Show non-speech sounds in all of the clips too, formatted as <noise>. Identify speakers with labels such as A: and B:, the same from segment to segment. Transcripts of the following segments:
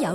A: 有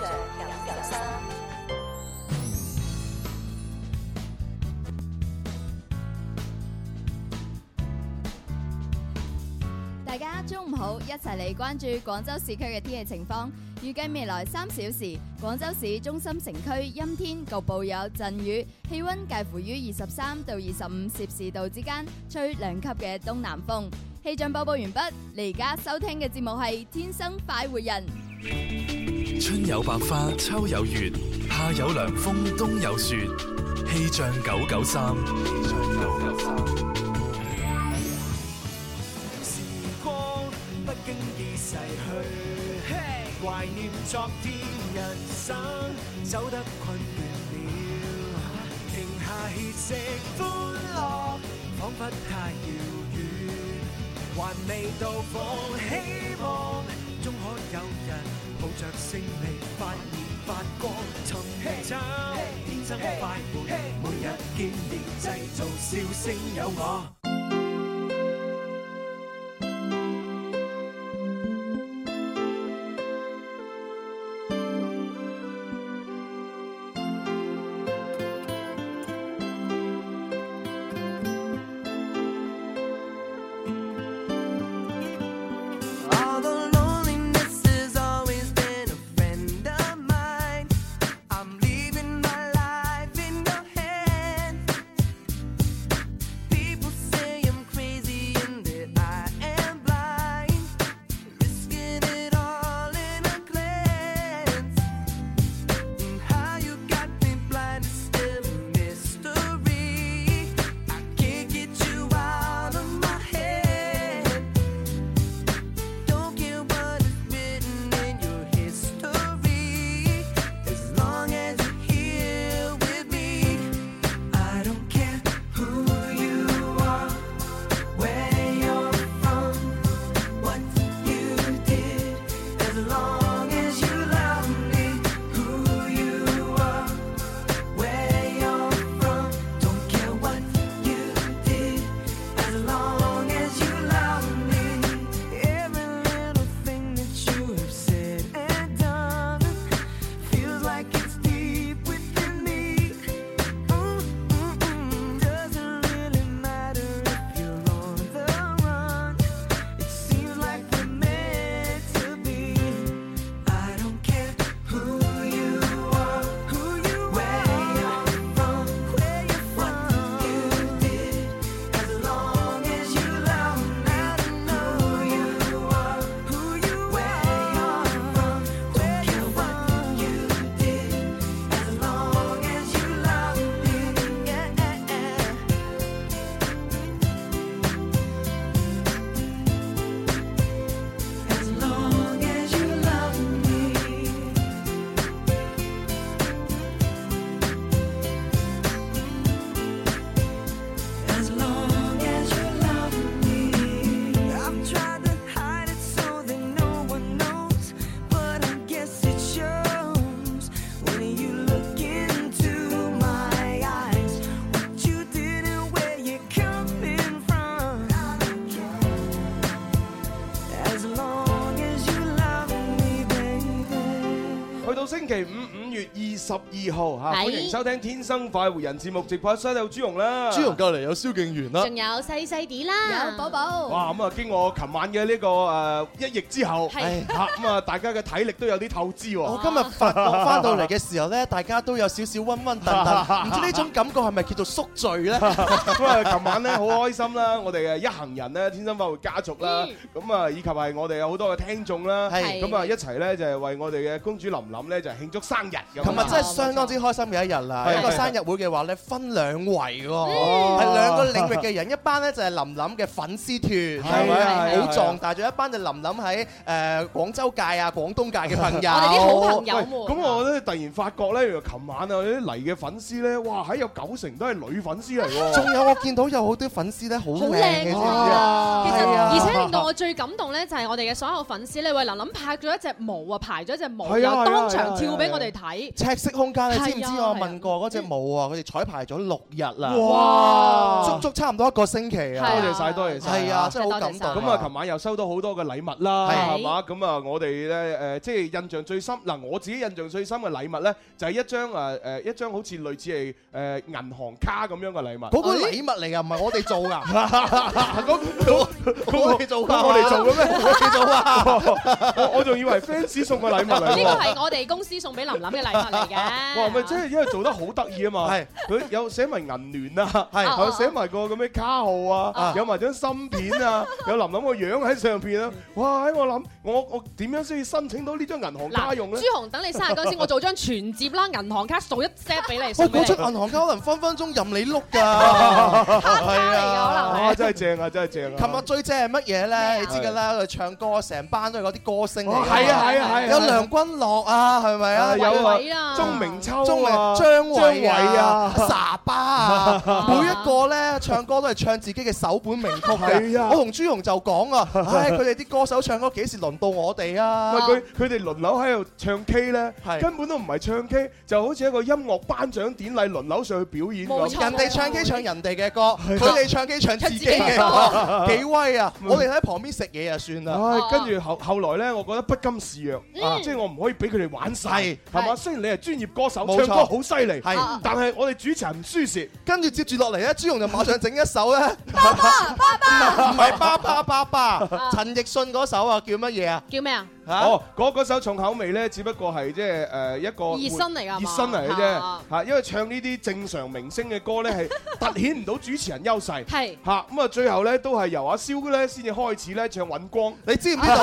A: 象九九三。
B: 大家中午好，一齊嚟關注廣州市區嘅天氣情況。預計未來三小時，廣州市中心城區陰天，局部有陣雨，氣温介乎於二十三到二十五攝氏度之間，吹兩級嘅東南風。氣象播報完畢，你而家收聽嘅節目係《天生快活人》。
C: 春有百花，秋有月，夏有涼風，冬有雪。氣象九九三，氣象九九三。
D: 時光不經意逝去，懷念昨天，人生走得困倦了，停下歇息，歡樂彷彿太遙遠，還未到訪，希望終可有人抱着勝利發熱發光，尋找天生快活，每日見面製造笑聲有我。
E: Although loneliness has always been a friend of mine, I'm leaving my life in your hands. People say I'm crazy and that I am blind, risking it all in a glance. And how you got me blind is still a mystery. I can't get you out of my head. Don't care what is written in your history. As long as you're here with me, I don't care who you are, where you're from, what you did. As long as you love me, who you are, where you're from, don't care what you did. As long as you love me, every little thing that you have said and done feels like it's deep within me. Doesn't really matter if you're on the run. It seems like we're meant to be. I don't care who you are, who you where you're from, where you're from, what you did. As long as you love me, I know you are who you where you're from, where you're what you did. As long as you love me, yeah. As long as you love me, as long as you love me, I've tried to hide it so that no one knows, but I guess it shows when you look into my eyes. What you did and where you're coming from. As long as you love me, baby.
F: 去到星期五五月二十二號嚇，
G: 係
F: 歡迎收聽《天生快活人》節目直播室有朱容啦，
H: 朱容。夠嚟有蕭敬元啦，
G: 仲有細細啲啦，
B: 有寶寶，
F: 哇咁啊！經過琴晚嘅呢個誒一役之後，
G: 係
F: 嚇咁啊，大家嘅體力都有啲透支
H: 我
F: 喎。
H: 今 <laughs> 日發覺翻到嚟嘅時候咧，大家都有少少温温
F: <laughs>
H: 頓頓，唔知呢種感覺係咪叫做宿醉咧？
F: 咁啊，琴晚咧好開心啦！我哋嘅啊一行人咧，天生快活家族啦，咁啊，以及係我哋有好多嘅聽眾啦，
H: 係
F: 咁啊，一齊咧就係為我哋嘅公主琳琳咧就係慶祝生日咁啊。
H: 琴日真係相當之開心嘅一日啦！
F: 係
H: 一個生日會嘅話咧，分兩圍喎，
F: 嗯
H: 係兩個領域嘅人，一班咧就係琳琳嘅粉絲團，係
F: 係啊
H: 咪
F: 係啊
H: 好壯大？仲有一班就琳琳喺誒廣州界啊、廣東界嘅朋友，
G: <laughs> 我哋啲好朋
F: 喂，
G: 友們。
F: 咁我咧突然發覺咧，原來琴晚啊啲嚟嘅粉絲咧，哇，喺有九成都係女
G: <laughs>
F: 粉絲嚟喎。 <laughs>
H: 仲有我見到有好多粉絲咧，好
G: 好靚
H: 靚嘅
G: 㗎
H: 啫
G: 其實
H: 係啊
G: 而且令到我最感動咧，就係我哋嘅所有粉絲咧，為琳琳拍咗一隻舞啊，排咗一隻舞，
H: 係
G: 然
H: 啊係
G: 後
H: 啊
G: 當
H: 係
G: 場
H: 啊
G: 跳俾我
H: 係
G: 哋
H: 啊
G: 睇。
H: 赤色空間，你知唔
G: 係
H: 知
G: 啊
H: 我
G: 係啊
H: 問過嗰隻舞啊，佢哋彩排咗六日啦，
F: 哇
H: 足足差唔多一個星期
G: 係
H: 啊
G: 啊，
F: 多謝晒，多謝晒。
H: 係啊，真係
G: 多謝
H: 好感
G: 晒
H: 動。
F: 咁啊，琴晚又收到好多嘅禮物啦，
H: 係
F: 係嘛？咁啊，我哋咧誒，即係印象最深嗱，我自己印象最深嘅禮物咧，就係一張誒誒一張好似類似係誒銀行卡咁樣嘅禮物。
H: 嗰個禮物嚟㗎，唔係我哋做 <laughs> 㗎，
F: 我
H: 我哋做㗎，
F: 我哋做
H: <laughs>
F: 嘅咩？
H: 我哋做啊，
F: 我 <laughs> 我仲以為 fans 送嘅禮物嚟
G: 呢個
F: 喎。
G: 係我哋公司送俾琳琳嘅禮物嚟
H: <laughs>
G: 嘅。
F: 哇！咪即係因為做得好得意啊嘛，
H: 係
F: 佢有寫埋銀聯啊，
H: 係
F: 有寫埋個咁嘅卡號啊
H: 啊，
F: 有埋張芯片
H: <laughs>
F: 啊，有琳琳個樣喺上邊啊！哇！我諗我我點樣先申請到呢張銀行卡
G: 嗱，
F: 用
G: 朱
F: 咧？
G: 紅，等你生日嗰陣
F: <laughs>
G: 時，我做張存摺啦，
H: <laughs>
G: 銀行卡數一 set 俾你，
H: 喂，
G: 送俾
H: 嗰
G: 你。
H: 出銀行家可能分分鐘任你碌 <laughs> 㗎，
G: 嚟
H: 係
G: 㗎可能
F: 啊！真係正啊！真係正啊！
H: 琴日最正係乜嘢咧？你知㗎啦，佢唱歌成班都係嗰啲歌星嚟
F: 哦
H: 㗎，
F: 係啊係啊係啊，
H: 有梁君樂啊，係咪啊？
F: 有啊
G: 偉啊
F: 鐘明秋、
H: 中明
F: 啊、
H: 張偉
F: 偉
H: 啊
F: 啊、
H: <laughs> 沙巴啊，每一個咧唱歌都係唱自己嘅首本名曲
F: 係
H: 嘅。
F: 啊
H: 我同朱紅就
F: <laughs>
H: 講啊，唉，佢哋啲歌手唱歌幾時輪到我哋
F: 唔係
H: 啊？
F: 佢佢哋輪流喺度唱 K 咧，
H: 係
F: 根本都唔係唱 K，就好似一個音樂頒獎典禮輪流上去表演
G: 冇錯
F: 咁。
H: 人哋唱 K 唱人哋嘅歌，
F: 啊
H: 佢哋唱 K 唱自己嘅歌，
F: <laughs>
H: <laughs> 幾威啊！我哋喺旁邊食嘢就算啦。
F: 嗯唉，跟住後後來咧，我覺得不甘示弱，啊即係我唔可以俾佢哋玩晒，
H: 係
F: 係嘛？雖然你係專業歌手，
H: 冇
F: 唱歌
H: 錯
F: 好犀利，
H: 係
F: 啊但係我哋主持人唔輸蝕，
H: 跟住接住落嚟咧，朱紅就馬上整一首啊咧， <laughs> 爸爸爸爸，唔係爸爸爸 <laughs> 爸，陳奕迅嗰首啊，叫乜嘢啊？
G: 叫咩啊？
H: 嚇
F: 哦，嗰嗰首重口味咧，只不過係即係誒一個
G: 熱身嚟㗎嘛
F: 熱身嚟嘅啫
G: 嚇
F: 嚇，因為唱呢啲正常明星嘅歌咧，係 <laughs> 突顯唔到主持人優勢。
G: 係
F: 嚇咁啊！最後咧都係由阿蕭咧先至開始咧唱尹光。
H: 你知唔知道？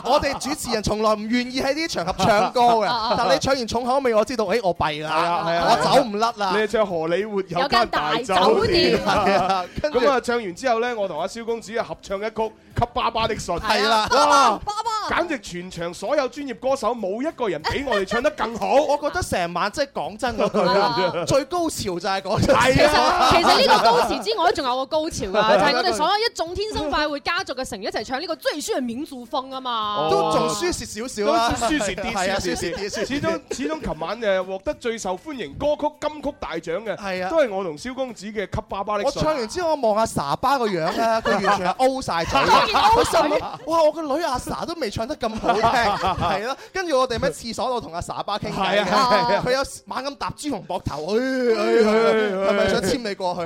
H: <laughs> 我哋主持人從來唔願意喺呢啲場合唱歌
G: 啊
H: 嘅，但你唱完重口味，我知道，誒，我弊
F: 係啊
H: 啦，
F: 係啊
H: 我走唔甩啦
F: 你。係唱荷里活有
G: 有
F: 間
G: 間
F: 大
G: 大
F: 酒
G: 酒
F: 店
G: 店。
H: <laughs> 係啊，跟住
F: 咁啊，唱完之後咧，我同阿蕭公子啊合唱一曲《給爸爸的信》。
H: 係
F: <laughs>
H: 啦，
F: 哇！
B: 爸爸
F: 簡直全場所有專業歌手冇一個人比我哋唱得更好。
H: <laughs> 我覺得成晚即係講真嗰句
F: <laughs>
H: 啦，最高潮就係啊嗰陣
G: 其
H: 時。
F: 啊
G: 實其實呢個高
H: <laughs>
G: 潮之外，仲有個高潮
H: 啊
G: 㗎，就係我哋所有一眾天生快活家族嘅成員一齊唱呢個《最需要免祖風》啊嘛。
H: 都仲輸蝕少
F: 哦都
H: 少啦，
F: 輸蝕
H: <laughs>
F: 啲，
H: 係啊，
F: 輸蝕
H: 輸蝕
F: 啲
H: 啲，
F: 始
H: 輸
F: 終
H: 蝕
F: 始終琴晚誒獲得最受歡迎歌曲金曲大獎嘅，
H: 係啊
F: 都係我同蕭公子嘅《給爸爸的
H: 我
F: 信
H: 唱》。完之後，我望阿 Sa 巴個
F: <laughs>
H: 樣咧，佢完全係 O
G: <laughs>
H: 晒嘴，我心
G: 啊
H: 諗：哇！我個女阿 Sa 都未唱得咁
F: <laughs>
H: 好聽，係啦。跟住我哋喺廁所度同阿 Sa 巴傾
F: 係啊
H: 偈
F: 係啊係
H: 嘅，
F: 啊
H: 佢有猛咁搭朱紅膊
F: <laughs>
H: 頭，哎哎哎係咪想簽你過去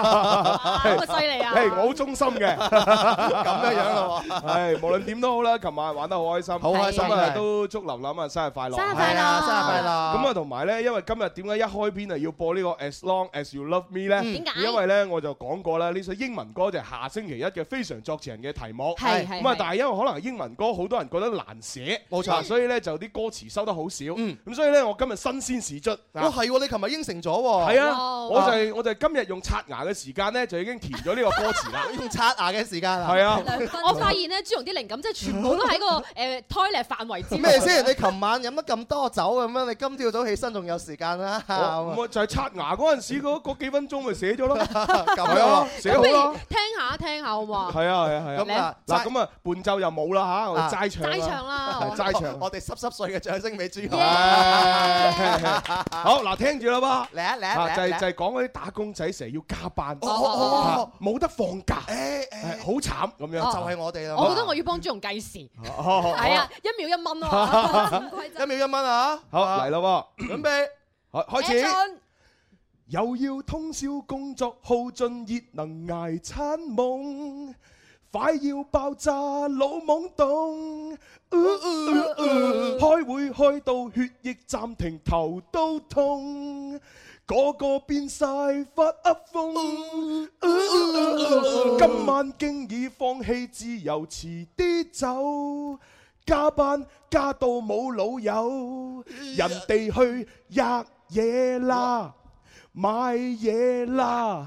G: 咁
H: <laughs>
G: 啊犀利啊！
F: 誒，哎我好忠心嘅，
H: 咁樣樣咯喎，
F: 係無論點都好啦。琴晚玩得好開心，
H: 好開心
F: 咁啊！
H: 啊！
F: 都祝琳琳啊生日快樂。
G: 生日快樂
H: 係啊，生日快樂！
F: 咁啊，同埋咧，因為今日點解一開篇啊要播呢個 As Long As You Love Me 咧？
G: 點解
F: 因為咧我就講過啦，呢首英文歌就係下星期一嘅非常作詞人嘅題目。
G: 係係
F: 咁啊，但
G: 係
F: 係因為可能英文歌好多人覺得難寫，
H: 冇錯
F: 啊所以咧就啲歌詞收得好少。
H: 嗯
F: 咁所以咧我今日新鮮事卒。
H: 哇，
F: 啊
H: 係喎，你琴日應承咗喎，
F: 係啊，
G: 哇
F: 我就係我就係今日用刷牙嘅時間咧，就已經填咗呢個歌詞啦。
H: <laughs> 用刷牙嘅時間啊，
F: 係啊，
B: 兩分
G: 我發現咧，朱紅啲靈感即係全部都喺個誒 toilet 範圍之內。
H: 咩先？你琴晚飲得咁多酒咁樣，你今朝早起身仲有時間啦？啊
F: 我我就係刷牙嗰陣時嗰嗰幾分鐘咪寫咗咯。
H: <laughs> 咁
F: 係啊
H: 樣，
F: 寫好啦。
G: 聽下聽下好唔好啊？
F: 係啊係啊係啊。
H: 咁啊，
F: 嗱咁啊，伴奏又冇啦嚇，我哋
H: 啊
F: 齋唱啦。
G: 齋唱啦
F: 係，齋唱。
H: 我哋濕濕碎嘅掌聲俾朱紅。
F: <laughs> 好嗱，聽住啦噃。
H: 嚟啊嚟啊
F: 啊，就係
H: 嚟
F: 就
H: 啊！
F: 係講嗰啲打工仔成日要加班，
H: 哦哦
F: 啊冇得放假，
H: 誒
F: 係
H: 誒，
F: 好慘咁
H: 就
F: 樣。啊哦
H: 係我哋啦。
G: 哦
H: 哦
G: 我覺得我要幫朱紅計時，係
F: 係 <laughs>
G: 啊，，一秒一蚊啊咯。
B: 唔規則
H: <laughs> 一秒一蚊啊！
F: 好嚟啦 <coughs>
H: 準備
F: 喎，開開始。
G: Action
F: 又要通宵工作，耗盡熱能捱餐夢，快要爆炸，腦懵懂。呃呃呃開會開到血液暫停，頭都痛，個個變晒發噏風。呃呃呃呃今晚經已放棄自由，遲啲走。加班加到冇老友，人哋去吔嘢啦。買嘢啦，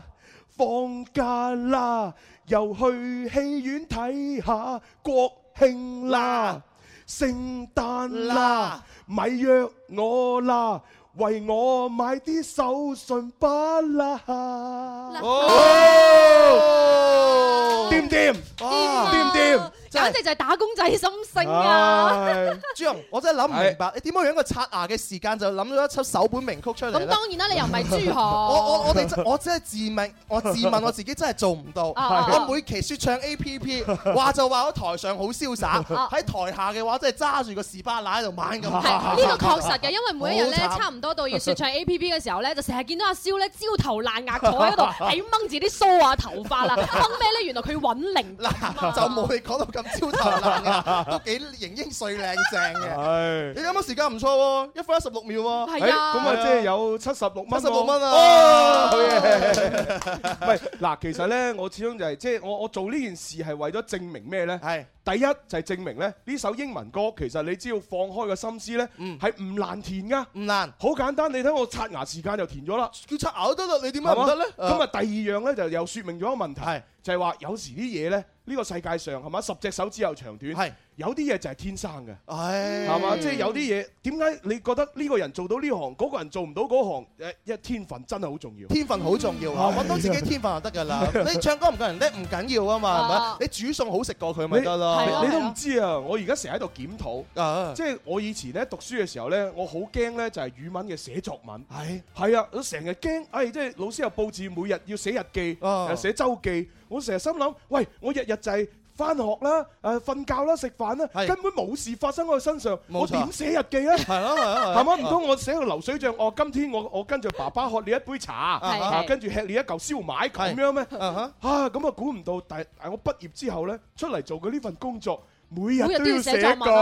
F: 放假啦，又去戲院睇下國慶啦，聖誕啦，咪約我啦，為我買啲手信吧啦，哦掂唔掂？
H: 哇！
F: 哦掂唔掂？
H: 真係
G: 簡直就係打工仔心聲啊！
F: 唉
H: 朱紅，我真係諗唔明白，你點樣樣個刷牙嘅時間就諗咗一出首本名曲出嚟
G: 咁
H: 咧？
G: 當然啦，你又唔係朱紅，
H: 我我我哋真我真係自問，我自問我自己真係做唔到。
G: 啊啊
H: 我每期説唱 A P P 話就話我台上好瀟灑，喺台下嘅話真係揸住個士巴拿喺度猛咁。
G: 啊係
H: <laughs>
G: 呢個確實嘅，因為每一日咧
H: 好慘
G: 差唔多到要説唱 A P P 嘅時候咧，就成日見到阿蕭咧焦頭爛額坐
H: <laughs>
G: 喺嗰度，係掹住啲須啊頭髮啦，掹咩咧？原來佢揾靈感啊
H: 嗱， <laughs> 就冇你講到咁焦頭爛
F: <laughs>
H: 額，都幾型英帥靚正嘅。
F: 唉
H: 你啱啱時間唔錯喎，一分一十六秒喎，
G: 係啊，
F: 哎咁啊，即係有七十六蚊，哦
H: 七十六蚊啊！
F: 好嘢！喂，嗱，其實咧，我始終就係即係我我做呢件事係為咗證明咩咧？
H: 係
F: 第一就係證明咧，呢首英文歌其實你只要放開個心思咧，係唔難填噶，
H: 嗯唔難，
F: 好簡單。你睇我刷牙時間就填咗啦，
H: 叫刷牙都得啦，你點解
F: 係嘛
H: 唔得咧？
F: 咁啊，第二樣咧就又説明咗一個問題，
H: 係
F: 就係話有時啲嘢咧，呢個世界上係嘛，十隻手指有長短，
H: 係
F: 有啲嘢就係天生嘅。
H: 唉，
F: 係嘛？即係有啲嘢，點解你覺得呢個人做到呢行，嗰個人做唔到嗰行？誒，一天分真係好重要。
H: 天分好重要啊！揾到自己天分就得㗎
F: <laughs>
H: 啦。你唱歌唔夠人叻唔緊要啊嘛，係咪
G: 啊？
H: 你煮餸好食過佢咪得
G: 係
H: 咯
G: 咯。
F: 你都唔知啊！我而家成日喺度檢討，
H: 啊，
F: 即係我以前咧讀書嘅時候咧，我好驚咧就係語文嘅寫作文。
H: 係
F: 係啊，我成日驚，哎，即係老師又佈置每日要寫日記，
H: 哦
F: 誒寫周記。我成日心諗，喂，我日日就係翻學啦，誒瞓覺啦，食飯啦，
H: 係
F: 根本冇事發生喺我身上，
H: 冇錯
F: 我點寫日記啊？
H: 係咯係 <laughs> 咯係咯
F: 係嘛？唔通我寫個流水帳？我今天我我跟住爸爸喝你一杯茶，
G: 係
F: 啊
G: 係
F: 跟住吃你一嚿燒賣咁
H: 係
F: 樣咩？
H: 啊哈
F: 啊，咁啊估唔到，但但我畢業之後呢，出嚟做嘅呢份工作，每日
G: 每日都
F: 都要
G: 要寫
F: 寫
H: <laughs>
G: 作文
F: 稿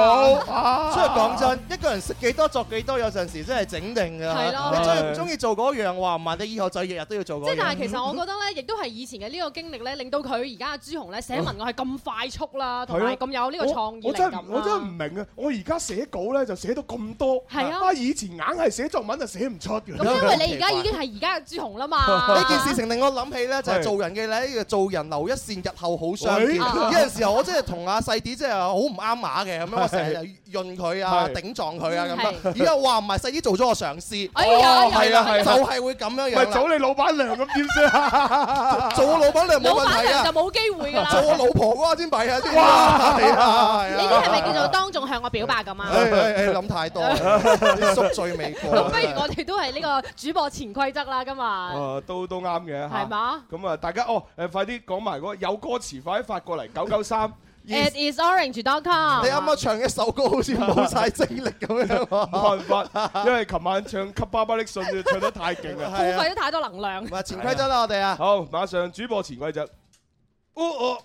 G: 啊。
H: 所以講真，一個人食幾多作幾多，有陣時真係整定㗎。
G: 係咯
H: 你真係唔中意做嗰樣，話唔埋你以後就日日都要做
G: 即
H: 嗰
G: 係但係
H: 樣。
G: 其實我覺得咧，亦都係以前嘅呢個經歷咧，令到佢而家阿朱紅咧寫文案係咁快速啦，同
F: 係
G: 埋
F: 啊
G: 咁有呢個創意
F: 我真
G: 靈
F: 係
G: 感
F: 我真係唔
G: 啦。
F: 明啊！我而家寫稿呢，就寫到咁多，
G: 係啊
F: 以前硬係寫作文就寫唔出嘅。
G: 咁
F: <laughs>
G: 因為你而家已經係而家嘅朱紅啦嘛，
H: <laughs> 呢件事情令我諗起咧，就係
F: 係
H: 做人嘅咧，做人留一線，日後好相見。
F: 喂
G: 啊
H: 有陣時候我真係同阿細啲真係好唔啱碼嘅，咁樣我成日潤佢啊，
F: 係
H: 頂撞佢啊咁樣。
G: 係
H: 而家話唔係細啲做咗我上司，係
G: 嗯哎呀，
F: 哦係啊
G: 哎呀
H: 就係會咁樣
F: 咪
H: 樣啦
F: 走你老闆娘咁點
H: <laughs>
F: 先啊？
H: 做我老闆娘
G: 老
H: 冇問
G: 闆
H: 題
G: 娘就
H: 啊，
G: 冇機會㗎
H: 做我
G: 啦。
H: 老婆嗰個先弊啊！哇，係啊，係
G: 呢
H: 啊
G: 啲係咪叫做當眾向我表白咁啊？
H: 唉唉唉諗哎太多啦，啲宿醉未過。
G: 咁不如我哋都係呢個主播潛規則啦，今日
H: 哦
G: 係
F: 啊，都都啱嘅嚇
G: 嘛
F: 咁啊，大家哦誒，快啲講埋嗰個有歌詞，快啲發過嚟九九三。
G: ？It is orange.com。
H: 你啱啱唱一首 <laughs> 歌好似冇晒精力咁
F: <laughs>
H: 樣喎。
F: 冇辦法，因為琴晚唱《給爸爸的信》唱得太勁啦。
G: 耗
H: 係啊，
G: 費咗太多能量。
H: 咪潛規則啦，我哋啊，
F: 好，馬上主播前貴就，哦哦，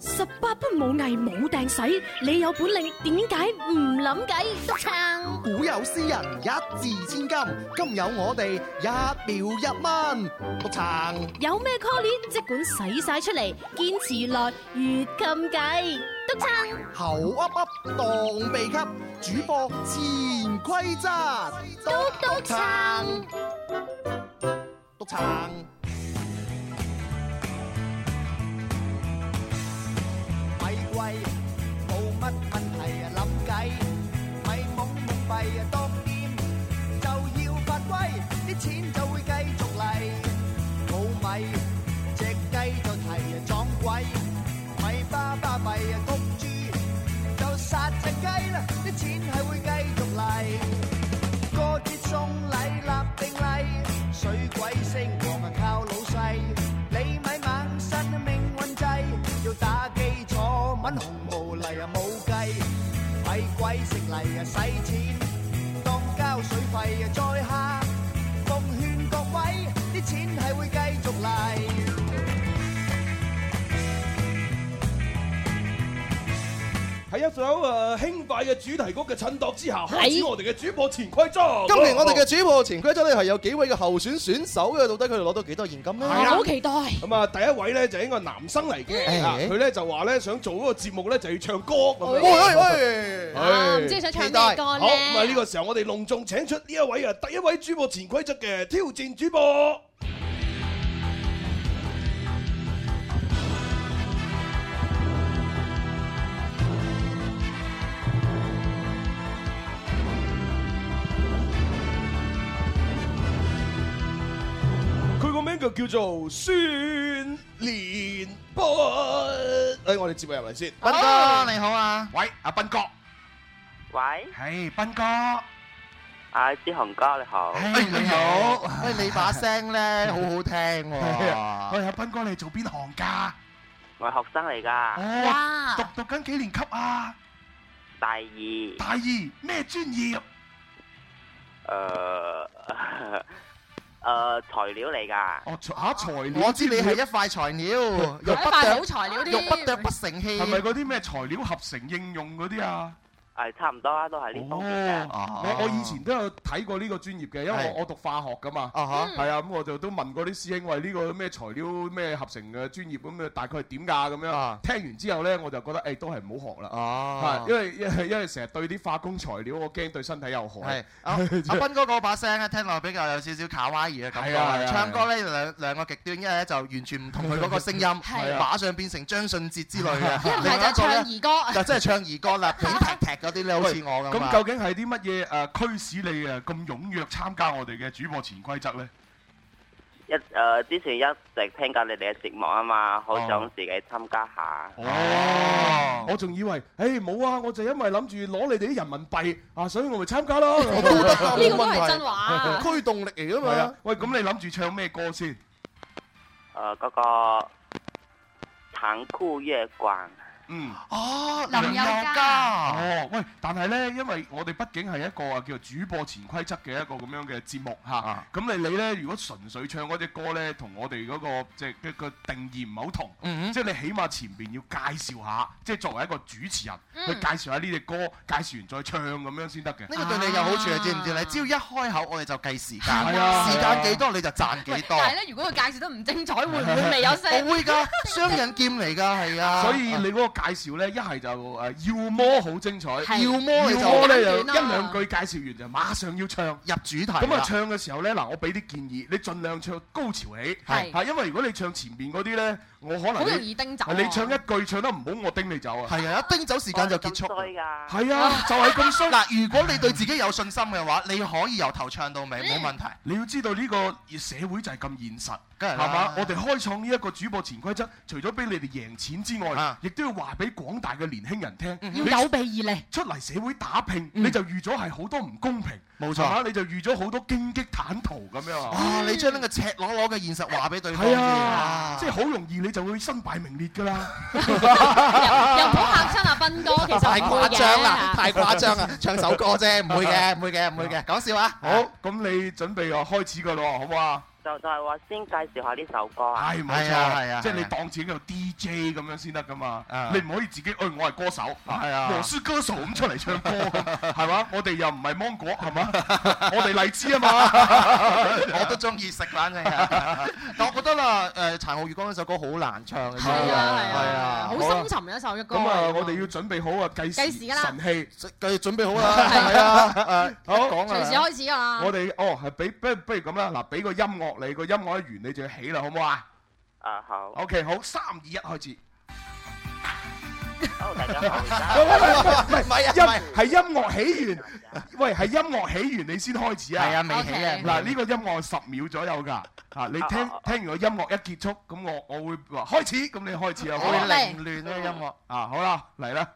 I: 十八般武藝冇掟使，你有本領點解唔諗計？督撐
H: 古有詩人一字千金，今有我哋一秒一蚊，督撐
I: 有咩 call 即管使晒出嚟，堅持耐越襟計。督撐
H: 口噏噏當秘笈，主播潛規則，
I: 督撐，
H: 督撐。
E: 咪貴冇乜問題啊，諗計咪懵懵閉啊，當店就要發威，啲錢就會繼續嚟。冇米隻雞就提啊撞鬼，咪巴巴咪啊焗豬就殺隻雞啦，啲錢係會繼續嚟。過節送禮立定例，水鬼升王啊靠老細，你咪猛身命運滯，要打基礎揾紅毛嚟啊冇計，咪鬼食嚟啊使錢，當交水費啊再下，奉勸各位啲錢係會繼續嚟。
F: 喺一首誒輕快嘅主題曲嘅襯托之下，開始
G: 係
F: 我哋嘅主播潛規則。
H: 今年我哋嘅主播潛規則咧係有幾位嘅候選選手嘅，到底佢哋攞到幾多現金咧？
G: 我好期待。哎
F: 咁啊，第一位咧就應該係男生嚟嘅，
H: 嗯
F: 啊佢咧就話咧想做嗰個節目咧就要唱歌咁
G: 哎
H: 喂
F: 樣。
H: 喂喂！
G: 啊唔知想唱咩歌
F: 哎好，咁啊呢
G: 咧？
F: 個時候我哋隆重請出呢一位啊第一位主播潛規則嘅挑戰主播。
H: Hãy subscribe cho kênh Ghiền Mì Gõ Để không bỏ
F: 個叫做酸連
H: lỡ
F: 不。哎，我哋接佢入嚟先。
J: 斌哥你好啊，喂，阿斌哥，
K: 喂，
J: 係斌哥。
K: 阿志雄哥你好，
J: 你好，
H: 喂，你把聲咧好好聽喎。
J: 喂，阿斌哥，你做邊行㗎？
K: 我係學生嚟噶，
J: 哇！讀讀緊幾年級啊？
K: 第二，
J: 大二，咩專業？
K: <laughs> 誒誒呃材料嚟噶，
J: 哦，嚇材料。
H: 我知你係一塊材料，
G: 一
H: 肉不
G: 塊好
H: 琢
G: 材料
H: 肉不
G: 啲，
H: 琢不成器。
J: 係咪嗰啲咩材料合成應用嗰啲啊？哦
K: 係差唔多啦，都係呢方面嘅。
H: 啊
F: 我我以前都有睇過呢個專業嘅，因為
H: 係
F: 我我讀化學噶嘛。
H: 啊哈，
F: 係啊，咁我就都問過啲師兄，喂呢個咩材料咩合成嘅專業咁啊，大概係點㗎咁樣
H: 啊？
F: 聽完之後咧，我就覺得誒都係唔好學啦。
H: 哦
J: 啊
F: 係，，因為因為因為成日對啲化工材料，我驚對身體有害
H: 係。阿
J: <laughs>
H: <laughs> 阿斌
F: <laughs>
H: 哥嗰把聲咧，聽落比較有少少卡哇伊嘅感
F: 係啊係
H: 覺。
F: 啊
H: 唱歌咧兩兩個極端，一咧就完全唔同佢嗰個聲
F: <laughs>
H: 音，
G: 係
F: 啊
H: 馬上變成張信哲之類嘅。
G: 一唔
H: 另
G: 係
H: 一
G: 就
H: 個
G: 唱
H: 咧
G: 兒歌。
H: 就真係唱兒歌
J: <laughs>
H: 啦，片踢踢嗰啲咧，好似我咁
F: 咁
H: 啊。
F: 究竟係啲乜嘢誒驅使你誒
J: 咁
F: 咁
J: 踴躍參加我哋嘅主播潛規則咧？
K: 一誒之前一直聽緊你哋嘅節目啊嘛，好想自己參加下。
J: 哦
F: 我仲以為，誒冇啊，我就因為諗住攞你哋啲人民幣啊，所以我咪參加
H: <laughs>
F: 咯。
H: 都得
G: 呢
H: 啊
G: 個都
H: 冇問題
G: 係真話。
H: 驅動力嚟噶
J: 係啊
H: 嘛？，
J: 喂，咁你諗住唱咩歌先？
K: 誒呃嗰個殘酷月光，
J: 嗯，
H: 哦，
B: 林宥嘉
J: 哦，喂，但係咧，因為我哋畢竟係一個啊叫做主播潛規則嘅一個咁樣嘅節目嚇
H: 啊，
J: 咁你你咧如果純粹唱嗰只歌咧，同我哋嗰個即係嘅個定義唔係好同。
H: 嗯
J: 即係你起碼前邊要介紹下，即係作為一個主持人，
G: 嗯
J: 去介紹下呢只歌，介紹完再唱咁樣先得嘅。
H: 呢個對你有好處啊，知唔知咧？只要一開口，我哋就計時間，
J: 係啊
H: 時間幾多你就賺
G: 喂
H: 幾多。
G: 但係咧，如果佢介紹得唔精彩，會唔會未有
H: <laughs>
G: 聲？
H: 我會㗎，雙刃劍嚟㗎，係啊。
F: 所以你嗰個介紹咧，一係就誒要麼好精彩，
G: 係
H: 要麼
F: 要
H: 你
F: 麼
H: 就
F: 咧就一
G: 簡短啦
F: 兩句介紹完就馬上要唱。
H: 入主題
F: 咁啊，
H: 啦。
F: 唱嘅時候咧，嗱，我俾啲建議，你盡量唱高潮起，啊
G: 係
F: 嚇，因為如果你唱前面嗰啲咧，我
G: 好
F: 可能
G: 容
F: 你
G: 易叮走。
F: 你唱一句唱得唔好，我叮你走啊。
H: 係啊，一叮走時間就結束。
K: 我哋咁衰㗎。
F: 係啊，就係咁衰。
H: 嗱，如果你對自己有信心嘅話，你可以由頭唱到
F: 嗯
H: 尾，
G: 嗯
H: 冇問題。
F: 你要知道呢個社會就係咁現實，
H: 梗係
F: 係
H: 啦
F: 嘛？我哋開創呢一個主播潛規則，除咗俾你哋贏錢之外
H: 啊，
F: 亦都要話俾廣大嘅年輕人聽，你
G: 要有備而嚟。
F: 出嚟社會打拼，
H: 嗯
F: 你就預咗係好多唔公平，
H: 冇錯
F: 係嘛？你就預咗好多荊棘坦途咁樣啊！
H: 啊，你將呢個赤裸裸嘅現實話俾對方
F: 係
H: 知
F: 啊，即係好
H: <laughs>
F: 容易你就會身敗名裂㗎啦。
G: <laughs> 又唔好嚇親阿斌哥，其實
H: <laughs> 太
G: 唔會
H: 誇張啦，
G: 嘅。
H: 太誇張啦，唱首歌啫，唔會嘅，唔會嘅，唔會嘅，講笑啊！
F: 好，咁你準備啊開始㗎咯，好唔好啊？
K: 就就係話先介紹下呢首歌啊。
F: 係冇
H: 係啊係
F: 錯，
H: 啊
F: 即係你
H: 係啊
F: 當自己個 DJ 咁樣先得噶嘛
H: 啊，
F: 你唔可以自己，誒我係歌手，
H: 係啊
F: 我是歌手咁出嚟唱
H: <laughs>
F: 歌，係嘛？我哋又唔係芒果，係嘛？我哋荔枝啊 <laughs> 嘛，
H: 我 <laughs> 都中意食，反正係。但我覺得啦，誒《殘酷月光》呢首歌好難唱嘅，
G: 係啊係
H: 係
G: 啊，
H: 啊
G: 好。深沉嘅一首嘅歌。
F: 咁啊，我哋要準備好啊計
G: 計
F: 時
G: 時㗎啦
F: 神器，
H: 繼續準備好
F: <laughs>
H: 啦，係啊，誒，
F: 好
H: 講
G: 隨時
H: 啊，
G: 開始啊
F: 我哋哦係俾不不如咁啦，嗱俾個音樂你，個音樂一完你就要起啦，好唔好啊
K: 啊好，
F: ？OK，好，三二一開始，
K: 好大家好，而家
F: 喂喂喂，
H: 唔係啊
F: 音係音樂起完，喂係音樂起完你先開始啊。
H: 係啊，未起啊，
F: 嗱，呢個音樂十秒左右㗎，嚇你聽聽完個音樂一結束，咁我我會話開始，咁你開始啊，好
H: 會
F: 啦，
H: 凌亂咧音樂。
F: 啊好啦，嚟啦，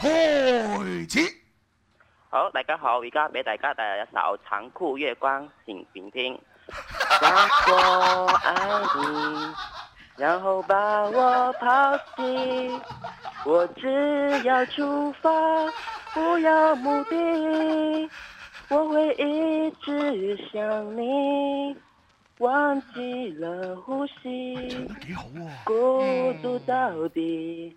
F: 開始，
K: 好大家好，而家俾大家帶來一首《殘酷月光》，請聆聽。如果爱你，然后把我抛弃，我只要出发，不要目的，我会一直想你，忘记了呼吸。
J: 都幾好喎。
K: 孤独到底，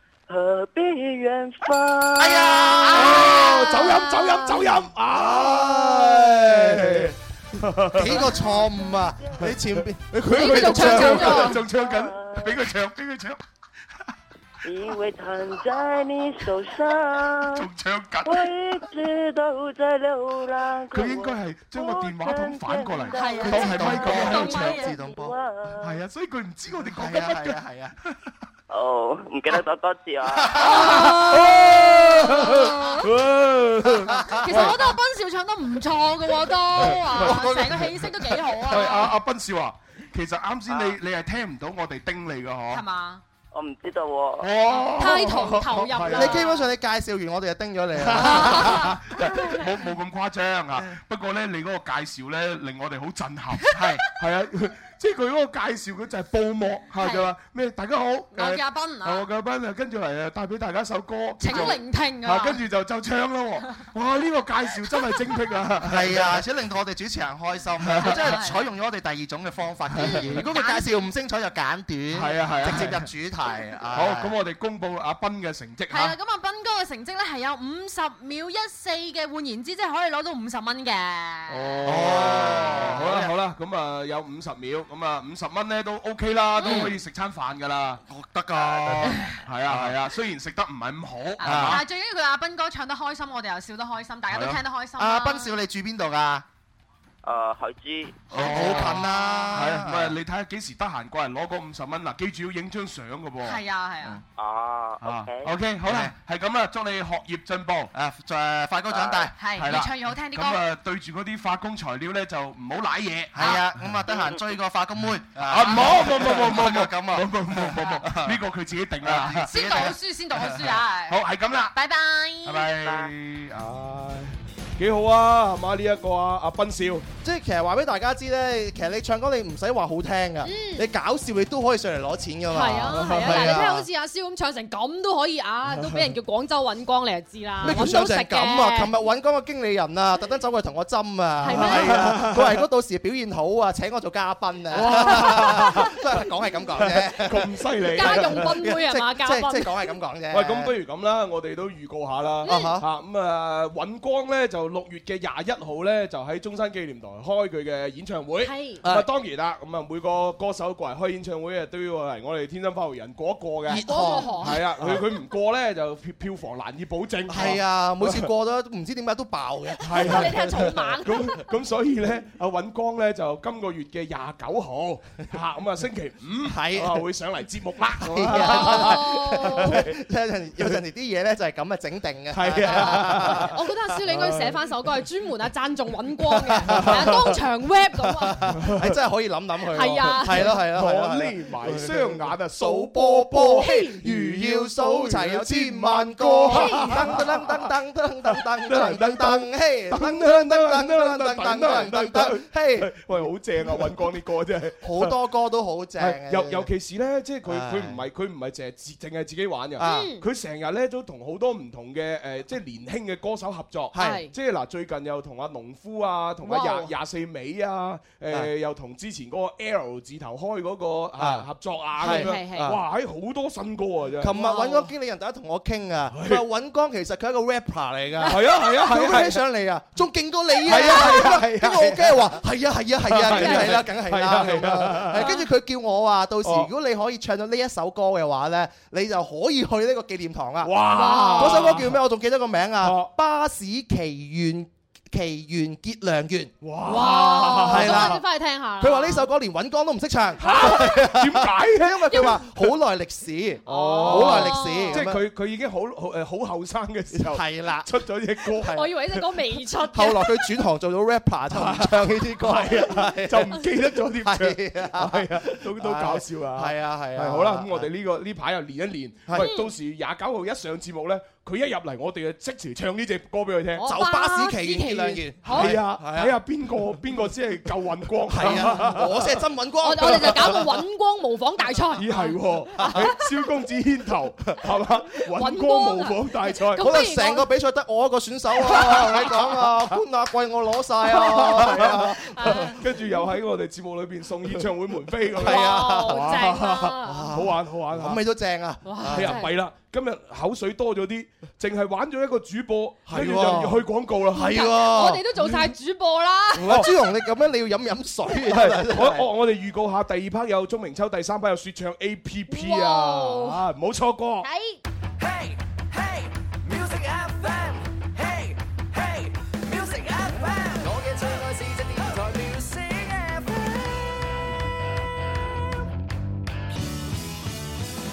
K: 何必远方？
H: 哎呀，哎
J: 哎
F: 哦，走音走音走音，唉，
H: 幾個錯誤啊！你前
J: 哎
H: 邊佢
K: 佢仲唱緊
F: 啊
K: 喎
H: <laughs>
J: 仲唱緊，俾佢唱，俾佢唱。
K: 因为躺在你手
J: <laughs>
K: 上，我一直都在流浪。
J: 佢應該係將
K: 哦
J: 個電話筒反過嚟，
K: 係啊
J: 當係咪講喺度
K: 自動播
J: 唱
K: 自動播
J: 係啊，所以佢唔知我哋講緊乜嘅。係啊，
K: 哦，唔記得咗歌詞啊！
G: <laughs>
K: 啊
G: <laughs> 其實我覺得阿斌少唱得唔錯嘅喎，都啊，
J: 喂
G: 成個氣息都幾好
J: 喂，阿
G: 啊，
J: 阿斌少啊，其實啱先你你係聽唔到我哋叮你嘅嗬？
G: 係嘛？
K: 我唔知道喎。
J: 哦
G: 太投投入啦
H: 你基本上你介紹完，我哋就叮咗你啦。
J: 冇冇咁誇張啊！不過咧，你嗰個介紹咧令我哋好震撼，係係啊，即係佢嗰個介紹佢就係報幕係就話咩？大家好，我
G: 嘅阿斌啊
J: 我嘅阿斌啊，跟住嚟啊，帶俾大家首歌，
G: 請
J: 叫做
G: 聆聽
J: 啊
G: 啊，！
J: 跟住就就唱啦
G: <laughs>
J: 喎！哇，呢個介紹真係精闢啊！
H: 係啊，而且令到我哋主持人開心啊！佢真係採用咗我哋第二種嘅方法建議。如果佢介紹唔精彩就簡短，
J: 啊係啊係啊
H: 直接入主題。
J: 好，咁我哋公佈阿斌嘅成績
G: 係
J: 嚇。
G: 啦，咁啊，斌哥嘅成績咧係有五十秒一四嘅，換言之，即係可以攞到五十蚊
F: 啊
G: 嘅。
J: 哦，好啦好啦，咁啊有五十秒，咁啊五十蚊咧都 OK
G: 嗯
J: 啦，都可以食餐飯噶啦。
H: 哦得㗎，
J: 係啊係啊，雖然食得唔係咁好，係
G: 但
J: 嘛
G: 係最緊要佢阿斌哥唱得開心，我哋又笑得開啊心，大家都
J: 係啊
G: 聽得開心啦。
H: 阿斌少，你住邊度㗎？
K: 誒，海珠，
H: 好近啦，
J: 係啊，唔係你睇下幾時得閒過嚟攞嗰五十蚊嗱，記住要影張相噶噃。
G: 係啊係啊，
K: 哦
J: 啊
K: ，OK，
J: ，OK，好啦，係咁啦，祝你學業進步。
H: 啊，誒快高長大。
J: 係啦
G: 係越唱越好聽啲
J: 咁
G: 歌。
J: 啊，對住嗰啲化工材料咧就唔好舐嘢。
H: 係啊，咁啊得閒追個化工妹。
J: 啊，
H: 啊
J: 唔好，冇冇冇冇冇
H: 咁
J: 冇
H: 啊，
J: 冇冇冇冇， <laughs> 呢個佢自己定啦。
G: 先讀好書，先讀好書啊！
J: 好，係咁啦，
G: 拜拜。
J: 拜拜。啊
F: 唉，幾好啊，係嘛呢一個啊阿斌少，
H: 即係其實話俾大家知咧，其實你唱歌你唔使話好聽㗎，你搞笑你都可以上嚟攞錢㗎
G: 嗯
H: 嘛。
G: 係啊係啊，嗱你聽好似阿蕭咁唱成咁都可以啊，都俾人叫廣州揾光，你就知啦。
H: 咩叫
G: 揾到
H: 上
G: 食
H: 成
G: 嘅
H: 咁啊？琴日揾嗰個經理人啊，特登走過去同我針啊，
G: 係咩
H: 係啊，佢話如果到時表現好啊，請我做嘉賓
G: <laughs> 哦
H: 啊，都係講 <laughs> 係咁講啫，
F: 咁犀利。
G: 家用賓妹
H: 即
G: 係嘛？嘉
H: 即即
G: 賓
H: 講係咁講啫。
F: 喂，咁不如咁啦，我哋都預告下啦，
H: 嗯
F: 嚇咁啊，尹光咧就六月嘅廿一號咧就喺中山紀念堂開佢嘅演唱會。
G: 係
F: 咁啊，當然啦，咁啊每個歌手過嚟開演唱會啊，都要嚟我哋天生發育人過一過嘅。
H: 熱
G: 嗰個河
F: 係啊，佢佢唔過咧就票票房難以保證。
H: 係啊，每次過咗唔知點解都爆嘅。
F: 係
G: 你
F: 啊。
G: 聽草蜢。
F: 咁咁所以咧，阿尹光咧就今個月嘅廿九號嚇，咁啊星期五
H: 係
F: 啊會上嚟節目啦。
H: 係啊
G: 哦
H: 有陣 <laughs> 有陣時啲嘢咧就係咁啊整定嘅。
F: 係啊。
G: 我覺得阿蕭你應該寫翻首歌係專門啊讚頌揾光嘅，係啊當場 rap 咁
H: <laughs>
G: 啊，
H: 係哎真係可以諗諗佢喎。
G: 係啊
H: 係咯係咯係
F: 我
H: 咯係咯。
F: 匿埋雙眼啊，
H: 數
F: 數波
H: 波波
F: 波，
H: 如
F: 如
H: 要
F: 要
H: 數
F: 數
H: 齊
F: 齊
H: 有
F: 有
H: 千
F: 千
H: 萬
F: 萬
H: 個
F: 個。
H: 噔噔噔噔噔噔噔噔噔噔，嘿，噔噔噔噔噔噔噔噔噔，嘿，
F: 喂，好正啊！尹光啲歌真係，
H: 好多歌都好正嘅
F: 係。尤尤其是咧，即係佢
H: 唉
F: 佢唔係佢唔係淨係自淨係自己玩嘅，
H: 啊，
G: 嗯
F: 佢成日咧都同好多唔同嘅誒，即係年輕嘅歌手合作。
H: 係
F: 即係嗱，最近又同阿農夫啊，同阿
G: 哇
F: 廿廿四尾啊，
H: 啊
F: 誒又同之前嗰個 L 字頭開嗰個
H: 啊
F: 啊合作啊
H: 係
G: 係
F: 咁樣，
H: 係
F: 哇！喺好多新歌啊真係。
H: 琴日揾嗰個經理人，大家同我傾啊，佢話尹光其實佢係一個 rapper 嚟㗎。
F: 係啊係啊
H: 佢
F: 係啊
H: 孭
F: 係啊！
H: 上嚟啊，仲勁過你啊！
F: 係啊係啊係啊
H: 跟住我梗係話係啊係啊係啊，梗係啦梗係
F: 係
H: 啦
F: 啊
H: 咁
F: 係啊
H: 啊！跟住佢叫我話，到時
F: 哦
H: 如果你可以唱到呢一首歌嘅話咧，你就可以去呢個紀念堂啊！
F: 哇！
H: 嗰首歌叫咩？我仲記得個名啊
F: 哦，
H: 《巴士奇緣奇緣結良緣》。
G: 哇，
H: 係啦
G: 咁快啲翻去聽下啦。
H: 佢話呢首歌連尹光都唔識唱，
F: 點解咧？
H: 因為佢話好耐歷史，好
F: 哦
H: 耐歷史，
F: 即係
H: 咁樣
F: 佢佢已經好好誒好後生嘅時候
H: 係啦。
F: 出咗只歌，
G: 我以為呢首歌未出嘅，
H: 後來佢轉行做咗 rapper 就唔唱呢
F: <laughs>
H: 啲歌，係
F: 啊就唔記得咗點唱，
H: 係啊
F: <laughs> 係啊，都都搞笑啊！
H: 係啊係
F: 係
H: 啊。
F: 好啦，咁我哋呢個呢排又練一練，
H: 係
F: 喂，到時廿九號一上節目咧，佢一入嚟，我哋就即時唱呢只歌俾佢聽。
H: 就巴士奇緣結良緣，
G: 好
F: 係啊，
H: 係啊
F: 睇下邊個邊個先係夠運光。
H: 係
F: <laughs>
H: 啊，我先係真尹
G: 我
H: 光
G: 我。哋就搞個揾光模仿大賽。
F: 咦係
G: <laughs>
F: 喎，係蕭公子牽頭係嘛？
G: 尹
F: 尹
G: 光啊
F: 光模仿大賽，
G: 咁
H: 可能
G: 不如
H: 成
G: 我
H: 個比賽得我一個選手啊！我同你講
G: <laughs>
H: 啊，冠亞季我攞晒啊！係啊
F: <laughs> 跟住又喺我哋節目裏邊送演唱會門飛咁樣。
H: 係啊
G: 哇好正啊！
F: 好玩好玩嚇
H: <laughs> 咁你都正啊！
G: 哇，
F: 哎
G: 真
F: 呀，
G: 係
F: 弊啦！今日口水多咗啲，淨係玩咗一個主播，
H: 係
F: 跟住就
H: 喎
F: 要去廣告啦。
H: 係喎我哋
G: 都做晒主播啦。啊
H: 阿朱紅，你咁樣你要飲飲水啊！
F: 係我我我哋預告下，第二 part 有鐘明秋，第三 part 有説唱 A P P 啊，
E: 哇
F: 啊唔好錯過。
E: Hey, hey, music FM. Hey, hey, music FM. 我嘅最愛是隻電台 music FM。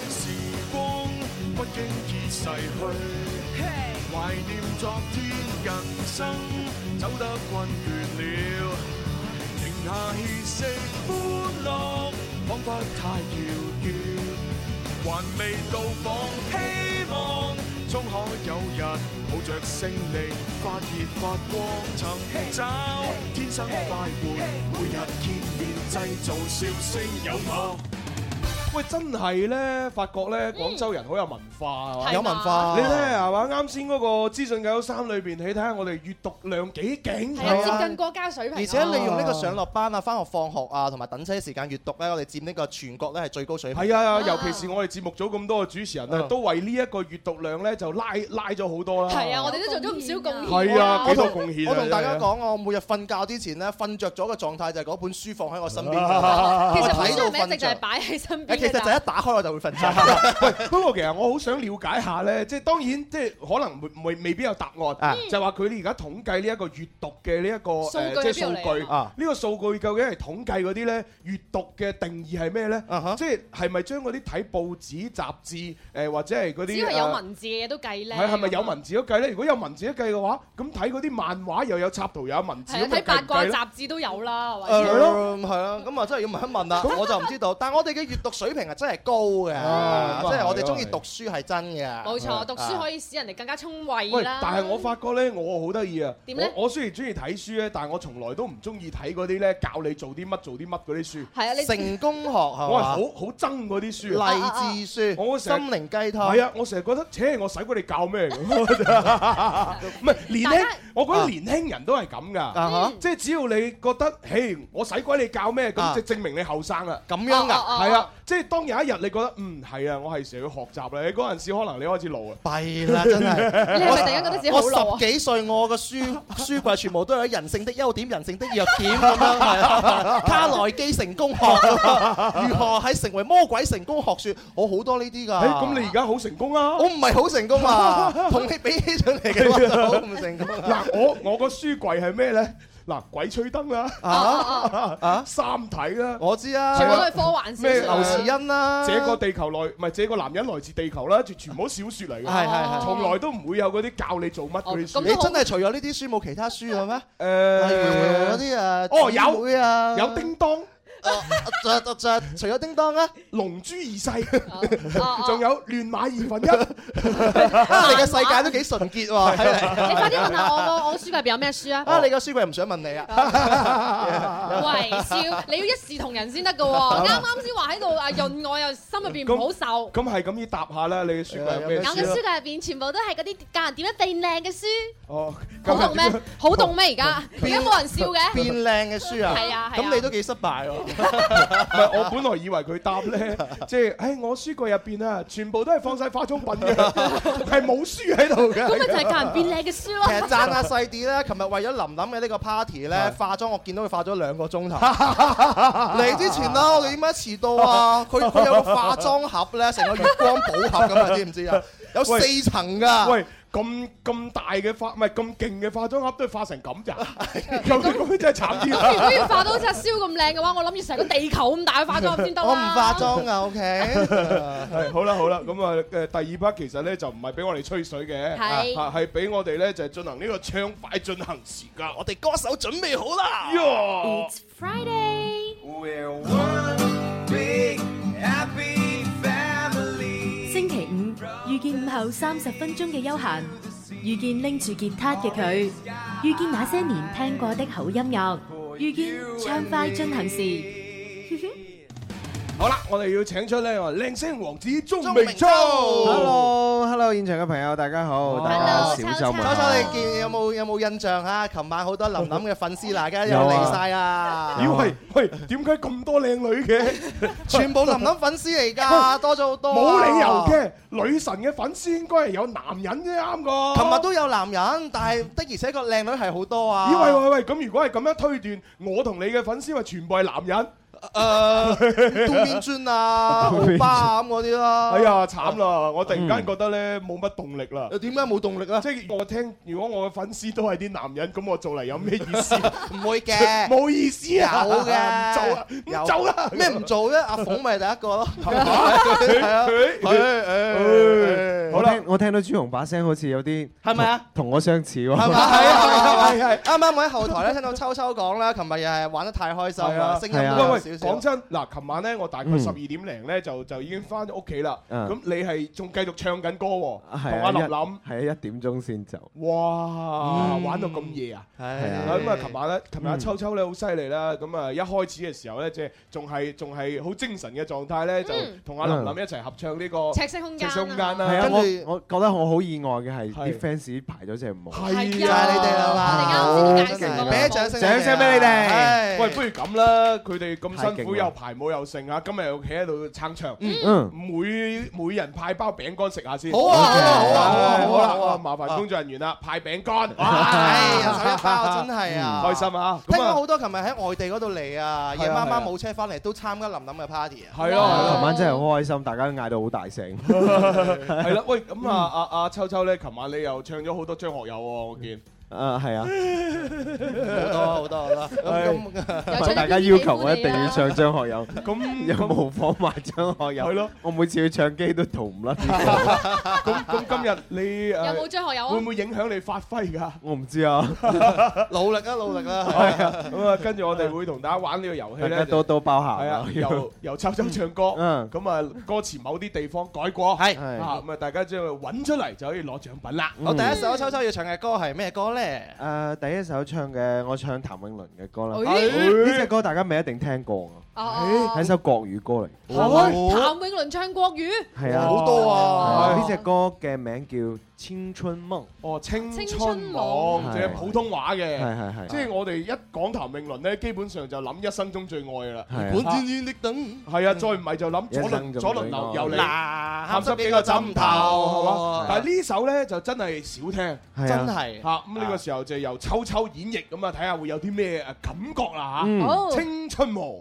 D: 時光不經意逝去，懷念昨天，人生走得困倦了，停下歇息，歡樂彷彿太遙遠，還未到訪希望，終可有日抱着勝利發熱發光，尋找天生快活，每日見面製造笑聲有我。
F: 喂，真係咧，發覺咧，廣州人好有文化係嘛
H: 嗯有文化
F: 你睇下係嘛？啱先嗰個資訊九三裏邊，你睇下我哋閱讀量幾
H: <laughs>
F: 勁，
G: 係啊，接近國家水平啊。
H: 而且利用呢個上落班啊、翻學放學啊，同埋等車時間閱讀咧，我哋佔呢個全國咧係最高水平。
F: 係啊，尤其是我哋節目組咁多嘅主持人啊
H: 啊，
F: 都為呢一個閱讀量咧就拉拉咗好多啦。
G: 係啊，我哋都做咗唔少貢獻。
F: 係啊，
H: 哦我
F: 幾
H: 同
F: 多貢獻啊
H: 我同大
F: 真
H: 家
F: 係
H: 講，我每日瞓覺之前咧，瞓着咗嘅狀態就係嗰本書放喺我身邊，
F: 啊
H: 我
F: 其實
H: 睇
G: 書
H: 到
G: 名一直
H: 瞓
G: 就係
H: 着。
G: 擺喺身邊嘅
H: 誒，其實就一打開我就會瞓着。
F: 喂，不過其實我好想了解下咧，即係當然即係可能未未未必有答案
H: 啊，
F: 就係話佢哋而家統計呢一個閱讀嘅呢一個
H: 數
F: 誒
H: 據
F: 即係
H: 喺
F: 數
H: 邊度嚟
F: 據，
H: 啊
F: 呢個數據究竟係統計嗰啲咧閱讀嘅定義係咩咧？
H: 啊
F: 即係係咪將嗰啲睇報紙、雜誌誒或者係嗰啲啊
G: 只要係有
H: 啊
F: 誒
G: 文字嘅嘢都計咧。啊
F: 係係咪有文字都計咧？如果有文字都計嘅話，咁睇嗰啲漫畫又有插圖又有文字，
G: 係啊，
F: 咁咪
G: 睇八
F: 計唔
G: 卦
F: 計咧
G: 雜誌都有啦，係
H: 誒
G: 咪
H: 係咯，係啊，咁啊真係要問一問啦，我就唔知道。但係我哋嘅閱讀水平係真係高嘅，
F: 啊
H: 即係我哋
F: 係
H: 中意
F: 係
H: 讀書係真嘅。
G: 冇錯，讀書
H: 啊
G: 可以使人哋更加聰慧
F: 喂，
G: 啦。
F: 但係我發覺咧，我好得意啊！
G: 點咧
F: 我我雖然中意睇書咧，但係我從來都唔中意睇嗰啲咧教你做啲乜做啲乜嗰啲書。
G: 係啊你
H: 成功學係嘛
F: 我係好好憎嗰啲書啊。
H: 勵志書、
F: 我
H: 心
F: 成日
H: 靈雞湯。
F: 係啊，我成日覺得，切，我使鬼你教
H: <laughs>
F: 咩咁？唔係年輕，我覺得年輕人都係咁
H: 啊哈
F: 㗎，即係只要你覺得，嘿，我使鬼你教咩？
H: 啊
F: 咁就證明你後生啦。
H: 咁樣㗎哦哦哦
F: 係啊，即係當有一日你覺得，嗯，係啊，我係時候要學習啦。你嗰陣時可能你開始老啊。
H: 弊啦，真
F: <laughs>
H: 係。
G: 你係咪突然間覺得自己好老啊
H: 我十幾歲，我個書 <laughs> 書櫃全部都有人性的優點、人性的弱點咁樣，係啊 <laughs> 卡內基成功學， <laughs> 如何喺成為魔鬼成功學説，我好多呢啲㗎。
F: 誒，咁你而家好成功啊！
H: 我唔係好成
F: <laughs>
H: 功啊，同你比起上嚟嘅話就好唔成功啊。
F: 嗱，我我個書櫃係咩咧？嗱，鬼吹燈啦
H: 啊，
F: 啊， <laughs> 三體啦，
H: 我知啊
G: 全部都係科幻小說
F: 咩
G: 劉慈
H: 欣啦
F: 這個地球來，唔係這個男人來自地球啦，全全部都小説嚟嘅，
H: 係係係
F: 從來都唔會有嗰啲教你做乜
G: 哦
F: 嗰
H: 你
F: 啲書。
H: 真係除咗呢啲書冇其他書嘅咩？例如嗰
F: 誒
H: 啲啊，
F: 哦
H: 姊妹
F: 呃
H: 啊，哦
F: 有有叮當。
H: 就就就除咗叮當啊，
F: 龍珠二
G: 哦
F: 世，仲有亂馬二分一，
H: <laughs> 啊，你嘅世界都幾純潔
F: <laughs>
H: 喎。
G: 你
H: 你
G: 快啲問下我我我書櫃入邊有咩書啊？
H: 啊！你個書櫃唔想問你啊？
G: <laughs> 喂，笑你要一視同仁先得㗎喎，啱啱先話喺度啊潤我又心入邊唔好受。
F: 咁係咁要答下啦，你嘅書櫃有咩
G: 我嘅書
F: 書啊？
G: 櫃入邊全部都係嗰啲教人點樣變靚嘅書，
F: 哦，
G: 好
F: 咁
G: 凍咩？好凍咩？而 <laughs> 家而家冇人笑嘅。
H: 變靚嘅書啊！
G: 係啊係啊
H: 咁你都幾失敗喎。
F: 唔係，我本來以為佢答咧，
H: <laughs>
F: 即係，唉，我書櫃入邊啊，全部都係放晒化妝
H: <laughs>
F: 品嘅，係冇書喺度嘅。
G: 咁咪就係教人變靚嘅書咯。
H: <laughs> 其實讚下細啲咧，琴日為咗琳琳嘅呢個 party 咧，化妝我見到佢化咗兩個鐘頭。
F: <laughs>
H: 嚟之前啦，我哋點解遲到啊？佢佢有個化妝盒咧，成個月光寶盒咁啊，知唔知啊？有四層㗎。
F: 喂，咁咁大嘅化，唔係咁勁嘅化妝盒都化成咁
H: <laughs>
F: 咋？咁咁真係慘啲
G: 如果要
F: 啦。
G: 化到好似阿蕭咁靚嘅話，我諗住成個地球咁大嘅化妝先得啦。
H: 我唔化妝㗎，OK。
F: 係好啦好啦，咁啊誒第二 part 其實咧就唔係俾我哋吹水嘅，
H: 係
F: 啊係俾我哋咧就係進行呢個暢快進行時間。
H: 我哋歌手準備好啦。
F: Yeah
I: It's Friday，
D: We're one big happy family.
I: 星期五遇見午後三十分鐘嘅悠閒，遇見拎住吉他嘅佢，遇見那些年聽過的好音樂，遇見暢快進行時。
F: 好啦，我哋要請出咧，我哋靚聲王子鐘明秋。
D: Hello，Hello，現場嘅朋友，大家好，大家好，小周末
H: 秋秋，你見有冇有冇印象啊？琴晚好多林林嘅粉絲，大家又
D: 有啊
H: 嚟晒啊！
D: 有啊
F: 喂，點解咁多靚女嘅？
H: <laughs> 全部林林粉絲嚟㗎，多咗好多。啊
F: 冇理由。嘅，女神嘅粉絲應該係有男人啫，啱個。
H: 琴日都有男人，但係的而且確靚女係好多啊。
F: 咦喂喂喂，咁如果係咁樣推斷，我同你嘅粉絲咪全部係男人？
H: 誒，杜面磚啊、奧巴啊咁嗰啲啦。
F: 哎呀，慘啦！我突然間覺得咧冇乜動力啦。
H: 嗯點解冇動力啊？
F: 即係我聽，如果我嘅粉絲都係啲男人，咁我做嚟有咩意思？
H: <laughs> 唔會嘅，
F: <laughs> 冇意思啊！ <laughs>
H: 有嘅，
F: 唔做啊，唔做啦！
H: 咩唔做咧？阿鳳咪第一個咯，
F: <laughs> 係
H: 係啊，
F: 哎
H: 哎
D: 我聽我聽到朱紅把聲好似有啲
H: 係咪啊？
D: 同我相似喎，
H: 係咪？係啊，係係。啱啱我喺後台咧聽到秋秋講啦，琴日又係玩得太開心啦，聲音都
F: 喂
H: 有
F: 啊喂，
H: 少少。
F: 講真，嗱，琴晚咧我大概
D: 嗯
F: 十二點零咧就就已經翻咗屋企啦。
D: 嗯啊
F: 咁你係仲繼續唱緊歌喎，
D: <laughs> 係
F: 同阿林林。
D: 係啊，一點鐘先走。
F: 哇！
D: 嗯
F: 玩到咁夜啊！
D: 係啊
F: 咁啊，琴晚咧，琴晚阿
D: 嗯
F: 秋秋咧好犀利啦。咁啊，一開始嘅時候咧，即係仲係仲係好精神嘅狀態咧，就
G: 嗯
F: 同阿林林一齊合唱呢個
G: 赤色空間啊
F: 赤色空間啦。
D: 係啊，
F: 跟
D: 我
F: 住
D: 我覺得我好意外嘅係
F: 係
D: 啲 fans 排咗隻舞，
F: 係啊
H: 就係你哋啦嘛，
D: 我哋啱先介紹過
H: 真係俾啲掌聲，
D: 掌聲俾你哋
H: 係
F: 喂，不如咁啦，佢哋
D: 太
F: 咁辛
D: 勁
F: 苦
D: 啦
F: 又排舞又剩啊，今日又企喺度撐場，
D: 嗯
F: 每每人派包餅乾食下先。
H: 好啊好啊好啊好啊
F: 唉
H: 好啊
F: 好
H: 好
F: 啦，
H: 啊
F: 麻煩工作人員啦，派餅乾，
H: 唉人手一包真係啊
F: 開心啊！
H: 聽
F: 咁
H: 講
F: 啊，
H: 好多琴日喺外地嗰度嚟啊，夜媽媽冇車翻嚟都參加林林嘅 party 啊。
F: 係咯係咯
D: 琴晚真係好開心，大家都嗌到好大聲。
F: 係啦，喂，咁啊，阿阿秋秋咧，琴晚你又唱咗好多張學友喎，我見。
D: 啊，
F: <laughs>
D: 係啊，
H: 好多好多好多。咁咁
D: 大家要求我一定
F: à.
D: 要唱張學友，
L: <laughs>
F: 咁
D: 又模仿埋張學友。
F: 係咯，
D: 我每次去唱機都逃唔甩。
H: <laughs>
F: 咁咁今日你誒
G: 有冇張學友啊
F: 會唔會影響你發揮㗎？
D: 我唔知啊，
H: <laughs> 努力啊努力
F: <laughs>
H: 啊！
F: 係啊，咁啊，跟住我哋會同大家玩呢個遊戲
D: 大家
F: 咧。
D: 多多包
F: 係
D: 涵啊，。
L: à.
F: 啊
D: <laughs>
L: <laughs>
F: 由由秋秋唱歌，
D: 嗯
F: 咁啊歌詞某啲地方改過，
H: 係
D: 係
F: 啊咁啊大家將佢揾出嚟就可以攞獎品啦。
H: 我第一首秋秋要唱嘅歌係咩歌咧？
L: À,
D: 誒第一首唱嘅，我唱譚詠麟嘅歌啦。
G: 哎
D: 呢只歌大家未一定聽過
G: 哦
D: 啊，係一首國語歌
G: 譚
D: 嚟。
G: 譚詠麟唱國語，
D: 係
L: à.
D: 啊，
H: 好多啊
D: 係呢只歌嘅名叫《青春夢》，
F: 哦，青
G: 青
F: 春
G: 春
F: 夢
D: 夢
F: 即係普通
D: 係
F: 話嘅，
D: 係係。
F: 即係我哋一講譚詠麟咧，基本上就諗一生中最愛㗎啦。
D: 係啊
H: 本天天的等，
F: 係啊，再唔係就諗左
D: 一
F: 輪
D: 生中
F: 左輪流右
D: 最愛
F: 嚟。
H: 嗱，
F: 鹹
H: 鹹
F: 濕
H: 濕
F: 幾
H: 幾
F: 個
H: 個
F: 枕
H: 枕
F: 頭，
H: 頭，
F: 係
H: 係
F: 嘛
H: 嘛？？
F: 但係呢首咧就真係少聽，
D: 係
H: 真
D: 啊，
H: 係
F: 嚇咁呢個時候就由秋秋演繹咁啊，睇下會有啲咩誒感覺啦嚇。
D: 嗯，
G: 好
F: 青春夢，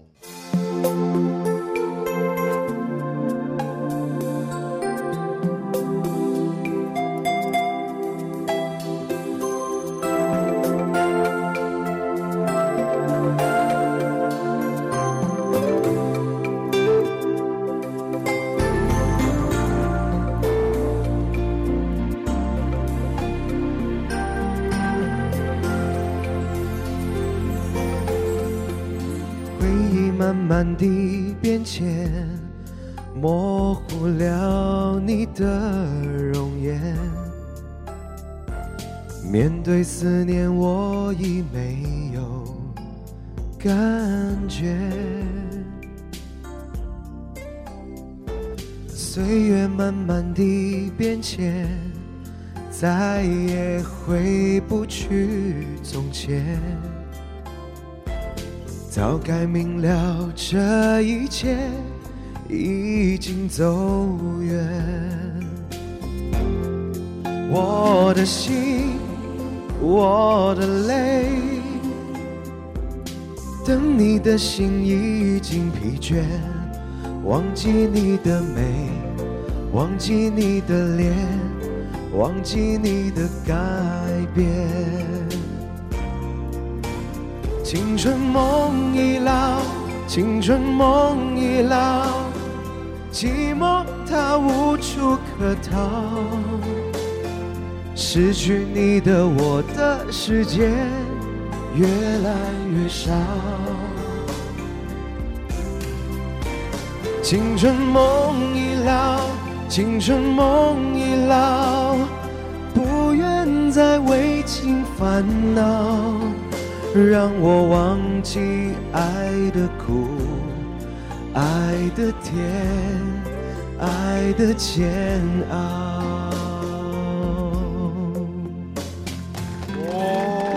D: 回忆慢慢地变迁，模糊了你的容颜。面对思念，我已没有感觉。岁月慢慢地变迁，再也回不去从前。早该明了这一切已经走远，我的心，我的泪，等你的心已经疲倦，忘记你的美，忘记你的脸，忘记你的改变。青春梦已老，青春梦已老，寂寞它无处可逃。失去你的我的世界越来越少。青春梦已老，青春梦已老，不愿再为情烦恼，让我忘记爱的苦，
L: 爱的甜，爱的煎熬。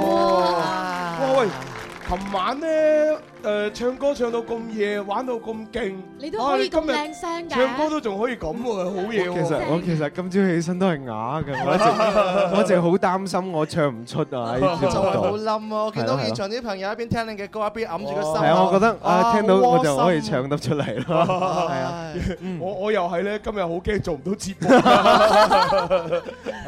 F: 哇喂！琴晚咧，誒唱歌唱到咁夜，玩到咁勁，
G: 你都可以咁
F: 啊你今日
G: 靚聲㗎
F: 唱歌都仲可以咁喎，好嘢
L: 其實
F: 喎！
L: 我其實今朝起身都係啞嘅，我一直我一直好擔心我唱唔出
H: <laughs>
L: 啊喺節
H: 就
L: 目
H: 係好
L: 度。
H: 冧咯，見到
L: 係啦
H: 現場啲朋友一邊聽你嘅歌，一邊揞住個心。
L: 係啊，我覺得啊，聽到
H: 好窩
L: 我就可以
H: 心
L: 唱得出
F: <laughs>
L: 嚟咯。係啊，
F: 我我又係咧，今日好驚做唔到 <laughs> 節目。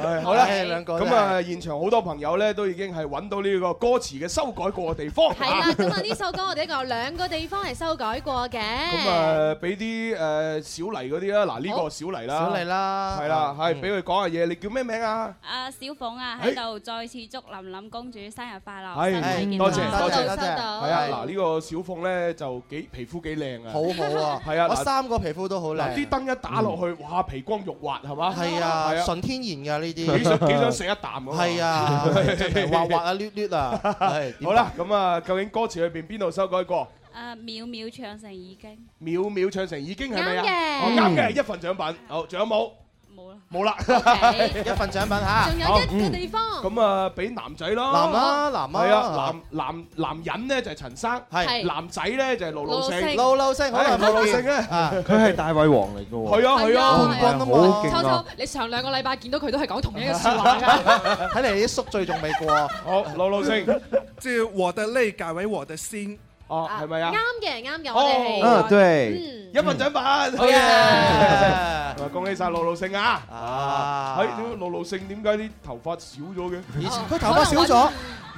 F: 唉好啦，
H: 唉兩個真係
F: 咁啊，現場好多朋友咧都已經係揾到呢個歌詞嘅修改過嘅地方。
G: 係啦，今日呢首歌我哋一共有兩個地方係修改過嘅。
F: 咁啊，俾啲誒小黎嗰啲啦，嗱呢個小黎啦，
H: 小黎啦
F: 係啦，係俾佢講下嘢。你叫咩名啊？
M: 啊，小鳳啊，
F: 哎
M: 喺度再次祝林琳公主生日快樂，身體
F: 係，
M: 健
F: 多
M: 康
F: 謝多謝，
M: 收到收到
F: 係啊，嗱呢個小鳳咧就幾皮膚幾靚啊，
H: 好好啊，
F: 係啊，
H: 我
F: 嗱
H: 三個皮膚都好
F: 嗱啲
H: 靚。
F: 燈一打落去，哇皮光肉滑係嘛？
H: 係啊，純天然㗎呢啲。
F: 幾想幾想食一啖咁。
H: 係啊，真係滑滑啊，捋
F: <laughs>
H: 捋啊。係點
F: 好啦，咁啊，究竟歌詞裏邊邊度修改過？
M: 啊，秒秒唱成已經
F: 秒秒唱成已經係咪
M: 啱
F: 啊？
M: 嘅
F: 哦啱嘅，一份獎品。好，仲有冇？
M: 冇啦。
F: 冇啦，
H: <laughs> 一份獎品嚇
G: 仲有一個地方
F: 咁啊，俾男仔啦，
H: 男啦男啦
F: 係啊，男男男人咧就係陳生，
H: 係
F: 男仔咧就係露露
H: 露
F: 勝，
H: 露露勝好耐
F: 係
H: 冇
F: 露露勝
H: 見
F: 咧，
H: 啊
L: 佢係大胃王嚟嘅喎。
F: 係啊係啊
L: 冠軍啊嘛好勁啊
G: 秋秋，你上兩個禮拜見到佢都係講同一個説話㗎。
H: 睇嚟啲宿醉仲未過。
F: 好，露露勝，
N: 就我的淚改為我的心。
F: 哦， <laughs> 係咪
G: 啱嘅，啱嘅，我哋係嗯
L: 啊對
F: 哦一份獎品，好
G: 啊
F: 嘢！ <laughs> 恭喜晒露露勝啊！啊，喺露露勝點解啲頭髮少咗嘅？
H: 以
G: 哦
H: 前佢頭髮少咗，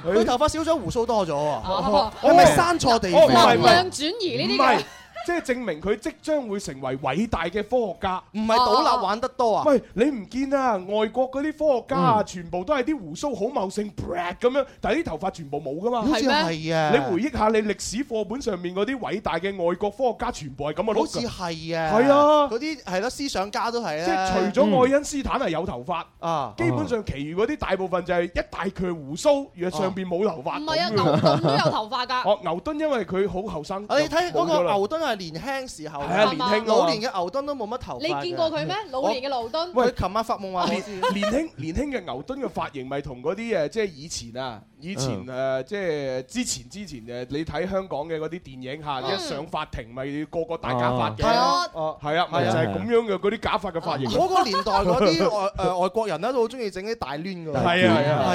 H: 佢頭髮少咗，胡鬚多咗喎
F: 哦。
H: 我咪生錯地
F: 哦唔
H: 方
F: 係唔係
G: 轉移
F: 唔
G: 呢啲
F: 係
G: 嘅。，
F: 即係證明佢即將會成為偉大嘅科學家。
H: 唔係倒立玩得多啊！嗯
F: 喂，你唔見啊？外國嗰啲科學家啊，全部都係啲胡鬚好茂盛 black 咁樣，但係啲頭髮全部冇噶嘛？
H: 好似係啊
F: 你回憶下你歷史課本上面嗰啲偉大嘅外國科學家，全部係咁嘅 look
H: 好
F: 㗎
H: 似係啊，
F: 係啊
H: 嗰啲係咯，思想家都係
F: 即
H: 啊，
F: 係除咗愛因斯坦係有頭髮
H: 啊，
F: 基本上其餘嗰啲大部分就係一大橛胡鬚，而上邊冇頭髮。
G: 唔係啊，牛頓都有頭髮㗎。
F: <laughs> 哦，牛頓因為佢好後生，
H: 啊你睇嗰
F: 冇
H: 個
F: 咗啦
H: 牛頓係年輕時候，
F: 係啊年輕啊
H: 老年嘅牛頓都冇乜頭髮㗎。
G: 你見過佢咩？老年嘅勞敦。
H: 喂，佢琴晚發夢話我知。
F: 年輕年輕嘅牛頓嘅髮型咪同嗰啲誒，即係以前啊，以前
H: 嗯
F: 誒，即係之前之前誒，你睇香港嘅嗰啲電影嚇，一上法庭咪個個大假髮嘅，
H: 係嗯啊
F: 哦，係啊，咪就係咁樣嘅嗰啲假髮嘅髮型。
H: 嗰個年代嗰啲外誒外國人咧都好中意整啲大攣㗎喎。
F: 係啊係啊
H: 係啊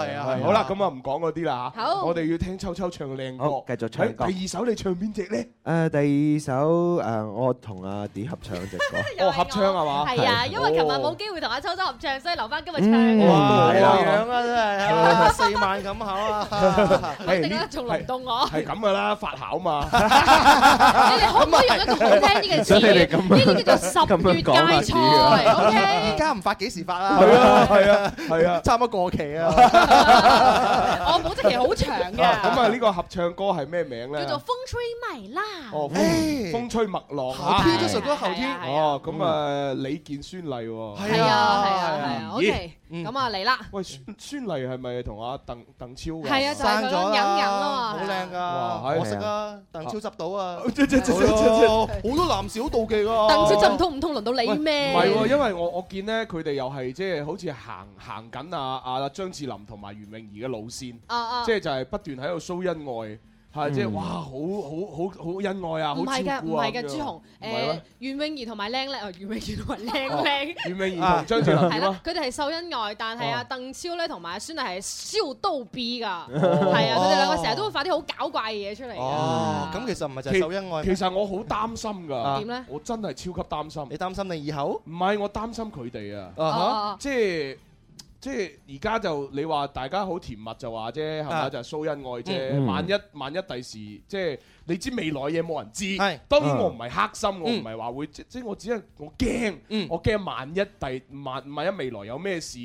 H: 係啊係啊。
F: 好啦，咁啊唔講嗰啲啦嚇，
H: 好
F: 我哋要聽秋秋唱靚歌，
L: 好繼續唱歌
F: 誒第二首你唱邊只咧？
L: 誒第二首誒，我同阿 D 合唱隻歌。
F: 哦，合唱係嘛？
G: 啊係啊，因為琴晚冇機會同阿秋秋合唱，所以留翻今日唱嘅。
H: 哇，
F: 係啦
H: 樣哦啊真係啊，四萬咁
F: <laughs>
H: 口啊！
G: 肯定啦，仲輪到我。
F: 係咁
G: <laughs>
F: 噶啦，發酵嘛。
G: 你哋可唔可以用一個好聽啲嘅詞？呢啲叫做十月芥菜。O K，
H: 而家唔發幾時發啊？
F: 係啊係啊係啊。
H: 差唔多過
F: <laughs>
H: 期啊！
G: 我保質期好長
F: 咁
G: 嘅，
F: 啊，呢個合唱歌係咩名
G: <laughs>
F: 咧
G: 叫？做風吹迷啦。
F: 哎哦，
H: 哎
F: 風風吹麥浪
H: 後
F: 嚇
H: 天。都屬於後天。
F: 哦，咁啊，李健孫俪喎。
G: 係啊，係啊，係啊。O K，
F: 嗯
G: 咁啊嚟啦。
F: 喂，孫孫俪係咪同阿鄧鄧超㗎？
G: 係啊，就係佢嗰個隱隱啊
H: 好
G: 嘛。
H: 靚
F: 哇
H: 噶，
F: 係
H: 我識啊，
F: <laughs>
H: 鄧超執到啊，
F: 即即即即即
H: 好多男士好妒忌噶。
G: 鄧超就唔通唔通輪到你
F: 唔
G: 咩？
F: 係喎，因為我我見咧佢哋又係即係好似行行緊啊啊張智霖同埋袁詠儀嘅路線，
G: 啊啊
F: 即係就係不斷喺度 show 恩愛，係即係哇好好好好恩愛啊，好
G: 唔
F: 照
G: 係㗎，唔
F: 顧啊
G: 係㗎，
F: 咁樣
G: 朱紅，
F: 唔係
G: 誒
F: 咩
G: 袁詠儀同埋靚靚，哦袁詠儀同埋靚
F: 哦
G: 靚。
F: 袁詠儀同張智霖
G: 係
F: 點
G: 啦
F: 啊，？
G: 佢哋係秀恩愛，但係阿鄧超咧同埋阿孫係燒刀 B 㗎，
F: 哦
G: 係啊，佢哋兩個成日都會發啲好搞怪嘅嘢出嚟啊
H: 哦，
G: 㗎。
H: 咁其實唔係就係秀恩愛咩啊
F: 其，實我好擔心㗎，
G: 點咧
F: 我真係超級擔心。
H: 你擔心你以後
F: 唔係，我擔心佢哋啊。
H: 啊
G: 哦
F: 即係即係而家就你話大家好甜蜜就話啫，係咪
H: 啊
F: 就係 show 恩愛啫？
L: 嗯
F: 萬一萬一第時即係你知未來嘢冇人知
H: 係。
F: 當然我
L: 嗯
F: 唔係黑心，我唔
H: 嗯
F: 係話會即即我只係我驚，
H: 嗯
F: 我驚萬一第萬萬一未來有咩事。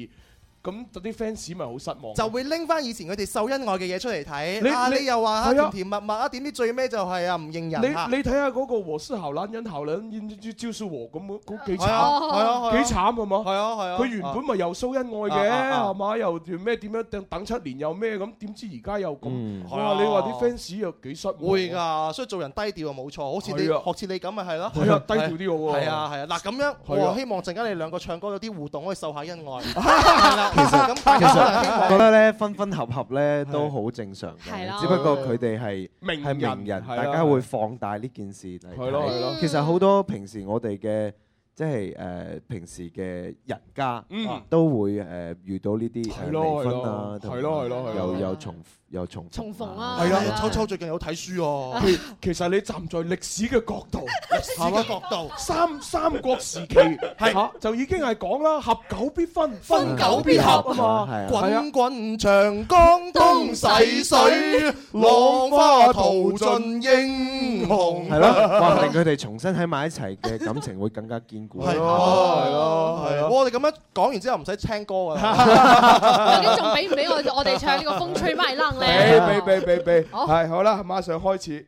F: 咁啲 fans 咪好失望。
H: 就會拎翻以前佢哋秀恩愛嘅嘢出嚟
F: 你
H: 睇，啊
F: 你
H: 你又話
F: 係啊
H: 啊甜甜蜜蜜啊，點知最尾就係啊唔認人啊
F: 你你睇下嗰個和氏喉懶人喉懶燕招招數和咁嗰嗰幾慘，
H: 係啊係啊係啊
F: 幾慘係嘛？係
H: 啊係啊
F: 佢原本咪又蘇恩愛
H: 啊啊
F: 嘅
H: 啊
F: 係嘛？又咩點樣等等七年又咩咁？點知而家又咁？
H: 係啊
F: 哇！你話啲 fans 又幾失望？
H: 會㗎，所以做人低調啊冇錯，好似你
F: 係啊
H: 學似你咁咪係咯，
F: 係啊低調啲好喎
H: 係啊係啊，嗱咁樣
F: 係啊
H: 我希望陣間你兩個唱歌有啲互動，可以秀下恩
F: <laughs>
H: 愛，係啦，其實咁
L: 其
H: 可能
L: 實
H: 希望
L: 覺得咧分分合合咧都好正常
H: 係啦
L: 嘅，只不過佢哋係
F: 名
L: 係
F: 人
L: 名人，
F: 係啊
L: 大家會放大呢件事嚟睇
F: 係咯係咯
L: 其實好多平時我哋嘅即係誒平時嘅人家
F: 嗯
L: 都會誒遇到呢啲
F: 係
L: 誒
F: 咯
L: 離
F: 係
L: 婚
F: 咯
L: 啊，
F: 係咯係咯係咯
L: 又又重又重
G: 重逢啊，
F: 係啊
H: 秋秋最近有睇書啊。
F: 其其實你站在歷史嘅角度，歷
H: 史嘅角度，
F: 三三國時
H: <laughs>
F: 期係嚇就已經係講啦，合久必分，分
H: 久必合
F: 啊嘛，係啊
H: 滾滾長江東逝水，浪花淘盡英
F: <laughs>
H: 雄。
L: 係咯，話唔定佢哋重新喺埋一齊嘅感情會更加堅固。
H: 係咯，係咯，係咯。我哋咁樣講完之後唔使聽歌㗎啦。
G: 究竟仲俾唔俾我我哋唱呢個風吹麥冷
H: 啊
G: 咧？
F: 俾俾俾俾俾，
G: 好
F: 係好啦，馬上開始。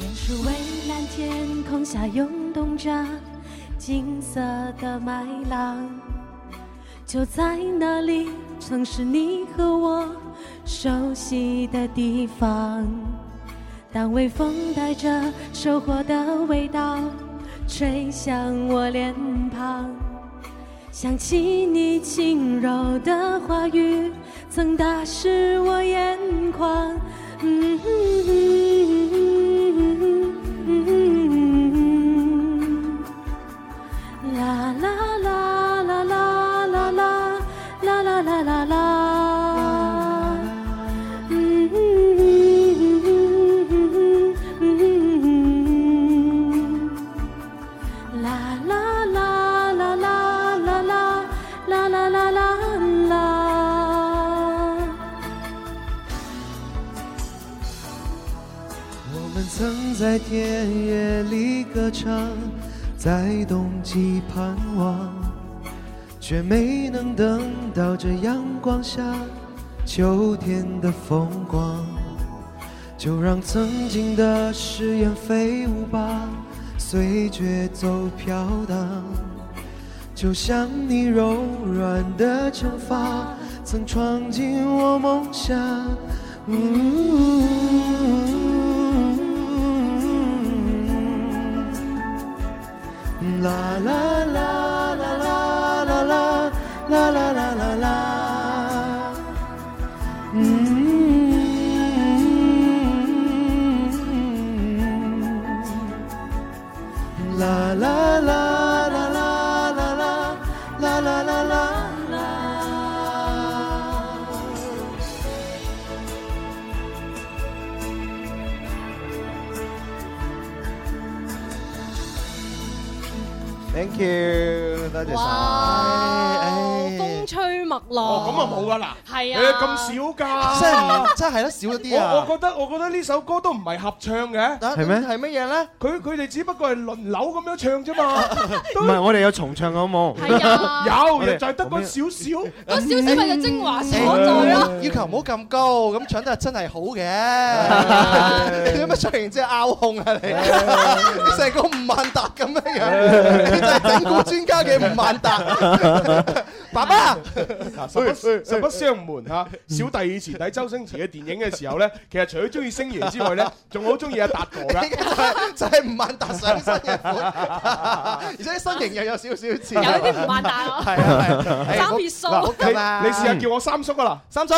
I: 远处蔚蓝天空下涌动着金色的麦浪，就在那里，曾是你和我熟悉的地方。当微风带着收获的味道吹向我脸庞，想起你轻柔的话语，曾打湿我眼眶。嗯啦啦啦啦啦啦啦啦啦啦啦啦，嗯嗯嗯，啦啦啦啦啦啦啦啦啦啦啦啦。
L: 我们曾在田野里歌唱，在冬季盼望，却没能等到这阳光下秋天的风光。就让曾经的誓言飞舞吧，随节奏飘荡。就像你柔软的长发，曾闯进我梦想。
E: Mm-hmm.
L: 嗯啦啦啦啦啦啦啦啦啦啦啦啦，嗯，啦啦啦啦啦啦啦啦啦啦啦啦。Thank you，多謝
G: 哇！
L: 晒。
G: 風吹麥浪，
F: 哦，咁啊冇噶啦，
G: 係
F: 誒
G: 啊，
F: 咁少㗎，
H: 真係唔真係咯，少咗啲
F: 我我
H: 啊！
F: 覺得我覺得呢首歌都唔係合唱嘅，
L: 係咩
H: 係乜嘢咧？
F: 佢佢哋只不過係輪流咁樣唱啫
H: <laughs>
F: 嘛，
L: <laughs> 唔係，我哋有重唱好冇？
G: 係啊
F: 有
L: 我 <laughs> 哋
F: 就係得嗰少少。
G: 嗰 <laughs> 少少咪就精華所在
H: 要
G: 咯。
H: 求唔好咁高，咁唱得真係好嘅。你做乜唱完之後拗控啊你？你成個吳萬達咁樣樣，你就係整蠱專家嘅吳萬達。爸爸，
F: 嗱，實不實不相瞞嚇，小弟以前睇周星馳嘅電影嘅時候咧， <laughs> 其實除咗中意星爺之外咧，仲好中意阿達哥
H: 就
F: 㗎。
H: 係 <laughs> 就係吳萬達上身嘅款，而且身形又有少少似。
G: 有啲吳萬達咯
H: 係啊係啊係啊，
G: 三月數
H: 好咁啊！
F: 你你試下叫我三叔啊啦，<laughs>
H: 三叔，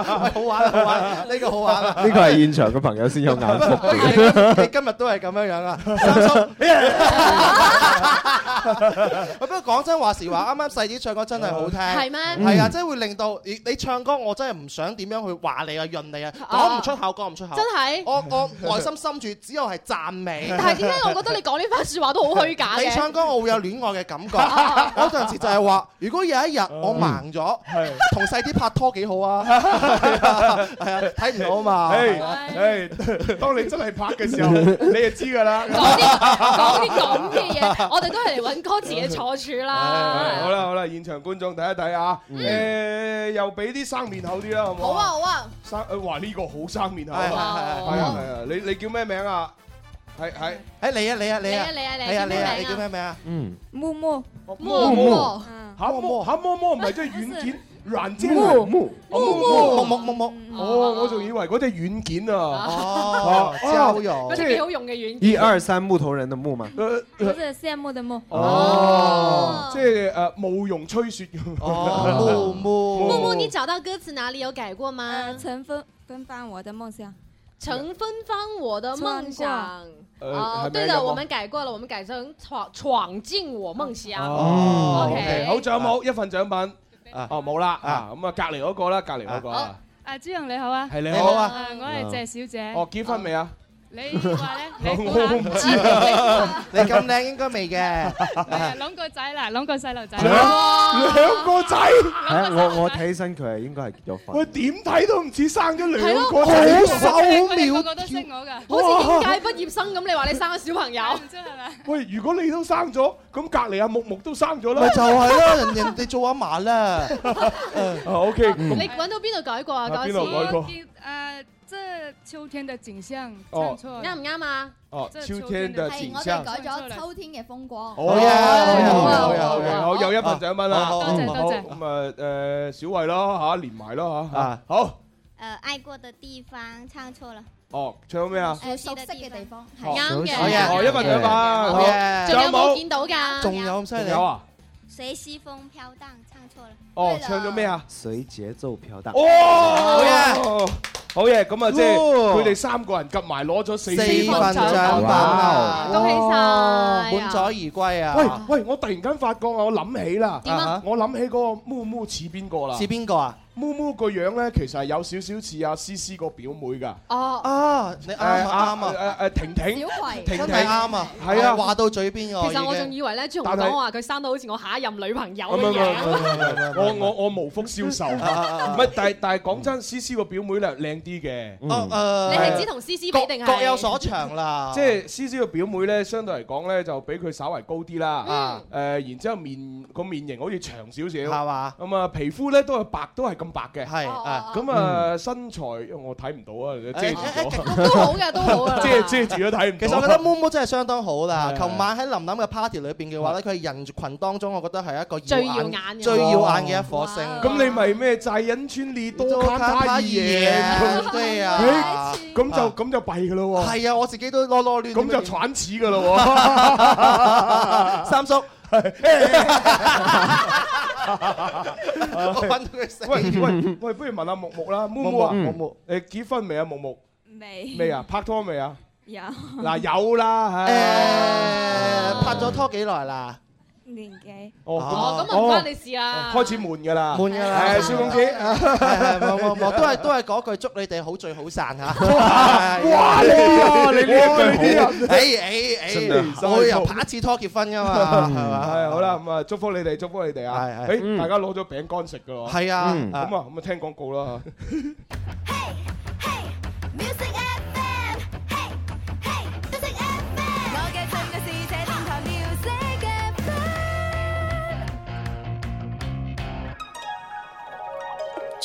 H: 好玩啊好玩啊， <laughs> 呢個好玩啊！
L: 呢個係現場嘅朋友先有
F: <laughs>
L: 眼福。
H: 你今日都係咁樣樣啊，三叔， <laughs> 不過講真話時話，啱啱細子唱歌真係好聽，
G: 係咩
H: 係啊，
G: 嗯
H: 即係會令到你你唱歌，我真係唔想點樣去話你啊、潤你啊，講唔出口，講唔出口。
G: 真係
H: 我
F: <laughs>
H: 我內心深處只有係讚美。
G: 但係點解我覺得你講呢番説話都好虛假嘅？
H: <laughs> 你唱歌我會有戀愛嘅感覺。我嗰陣時就係話，如果有一
F: 啊
H: 日我盲咗，同細啲拍拖幾好啊！係啊，睇唔到啊
F: <laughs>
H: 嘛。
F: 唉唉，哎當你真係拍嘅時候，你就知㗎啦。講
G: 講啲咁嘅
H: <laughs>
G: 嘢，我哋都係嚟揾歌詞嘅錯處
H: 哎
G: 啦。
F: 哎好啦好啦，現場觀眾睇一睇啊！
H: 嗯
F: 誒，又俾啲生面口啲啦，好唔
B: 好
F: 好？
B: 啊好啊，
F: 生誒，哇呢個好生面口啊！
H: 係係
F: 係
H: 係
F: 啊係啊！你你叫咩名啊？係係
H: 誒你啊你啊你啊
B: 你啊你啊
H: 你啊
B: 你
H: 你
B: 叫咩名啊
H: 啊你叫咩名啊？
L: 嗯，
B: 木木
F: 木哦
H: 木
F: 嚇摸嚇摸摸唔係即係軟件軟件哦
H: 木
F: 木
H: 木木木木木。
F: 哦，我仲以為嗰隻軟件啊！
H: 哦交友
G: 嗰隻幾好用嘅軟
L: 一二三木頭人的木嘛。
F: 不
I: 是羡慕的慕，
F: 哦，即係誒慕容吹雪
H: 哦，
F: <laughs>
H: 慕
G: 木木，你找到歌詞哪裡有改過嗎？
I: 呃曾芬芬芳我的梦想，
G: 曾芬芳我的夢想。
F: 呃
G: 哦，
F: 係咪
G: 對
F: 有
G: 的，
F: 冇
G: 我們改過了，我們改成闖闖進我夢想。
F: 哦
G: OK
F: 好，仲有冇一份獎品？哦，冇啦，啊，咁啊，隔離嗰個啦，隔離嗰個啊，
O: 啊，朱紅你好啊，
F: 係你好啊
O: 誒我係謝小姐。
F: 哦，結婚未啊？
O: 你話
F: <laughs>
O: 咧，你估
F: 我唔知啊
O: 下，
H: <laughs> 你咁靚應該未 <laughs> 嘅。
O: 誒諗個仔啦，諗個細路仔。
F: 啊兩個仔，
L: 係我我睇起身佢係應該係結咗婚。
F: 喂，點睇都唔似生咗
G: 係
F: 兩
G: 咯
F: 個仔，
G: 好
O: 佢哋個個都識我㗎。啊
G: 好似應屆畢業生咁，你話你生咗小
O: <laughs>
G: 朋友，
F: 喂，如果你都生咗，咁隔離阿木木都生 <laughs> 咗啦，
H: 咪就係啦，人人哋做阿嫲
F: <laughs>
H: 啦。
F: O K，
G: 你揾到邊度改過啊？
F: 啊
G: 嗰
F: 邊度改過
G: 時
O: 誒，呃這秋天的景象
F: 哦
O: 唱錯
G: 啱唔啱啊？
F: 哦，
O: 即係
F: 秋天的
B: 係
F: 景
B: 我哋。
F: 象
B: 改咗秋天嘅風光。
F: 哦好嘅，好嘅，好嘅，好有一份獎品啦，
B: 好多謝
F: 好
B: 多謝
F: 咁啊，誒，小慧咯嚇，連埋咯嚇，啊，好，
P: 呃，爱过的地方唱错了，
F: 哦，唱咩啊？
B: 誒熟悉嘅地方
F: 哦
P: 啱嘅
F: 好哦，一份獎品，
B: Ờ,
F: 好
G: 仲有冇
F: 仲
G: 見到㗎？
H: 仲有咁犀利
F: 有啊？
P: 随西风飘荡，唱错了。
F: 哦，唱咗咩啊？
L: 隨節奏飄蕩。
F: 哦，好嘢，好嘢，咁啊，即係佢哋三個人夾埋攞咗四
H: 四份獎品啊
F: 哇
H: 恭喜晒
F: 哇
H: 滿載而歸啊
F: 喂喂，我突然間發覺啊，我諗起啦，
H: 點啊
F: 我諗起嗰個木木似邊個啦？
H: 似邊個啊？
F: 木木個樣咧，其實係有少少似阿思思個表妹㗎。
G: 哦
H: 啊，你啱啊啱啊，
F: 誒誒婷婷，
G: 小葵
F: 婷婷
H: 真係啱啊，
F: 係啊
H: 話到嘴邊
G: 其實我仲以為咧，朱紅講話佢生到好似我下一任女朋
F: 啊
G: 友咁樣。
F: 我我我無福消受，唔係，但係但係講真，思思個表妹咧靚啲嘅。
G: 你係指同思思比定係？
H: 各有所長啦。
F: 即係思思個表妹咧，相對嚟講咧就比佢稍為高啲啦。誒，然之後面個面型好似長少少，係
H: 嘛？
F: 咁啊，皮膚咧都係白，都係咁白嘅。
H: 係
F: 咁啊，身材我睇唔到啊，遮住咗。
G: 都好嘅，都好嘅。
F: <laughs> 遮遮住都睇唔到。
H: 其實我覺得 Momo 真係相當好啦。
F: 係
H: 琴晚喺琳琳嘅 party 裏邊嘅話咧，佢係人群當中，我覺得係一個
F: 最
H: 耀
F: 耀眼嘅
H: 最耀眼嘅一顆星。
F: 咁你咪咩債引穿利多卡他耶
H: 嘢，對啊。
F: 咁就咁就弊噶咯喎。
H: 係啊，
F: <laughs>
H: 我自己都囉囉攣。
F: 咁就慘似噶咯喎。
H: <laughs> 三叔。
F: 我
H: 揾到佢死
F: 喂喂喂，不如問下木木啦，木木啊，
H: 木
F: 木
H: 木
F: 木，誒結婚未啊？木木
P: 未
F: 未啊？？拍拖未啊？
P: 有
F: 嗱有啦，誒
H: 拍咗拖幾耐啦？
P: 年紀
G: 哦，咁啊唔關你事啦。
F: 開始悶噶啦，
H: 悶㗎啦
F: 係蕭公子，
H: 係冇
F: <laughs>
H: 冇冇，都係都係嗰句祝你哋好聚好散嚇。
F: 哇你你呢一句好 <laughs>
H: 哎哎哎，我又拍一次拖結婚噶嘛，係嘛？
F: <laughs> 係好啦，咁啊，祝福你哋，祝福你哋啊！
H: 係係
F: 誒，大家攞咗餅乾食噶咯，
H: 係啊
F: 咁啊，
H: 啊
F: 咁啊，聽廣告啦嚇。
E: 我嘅真愛是這電台 music FM。
A: 春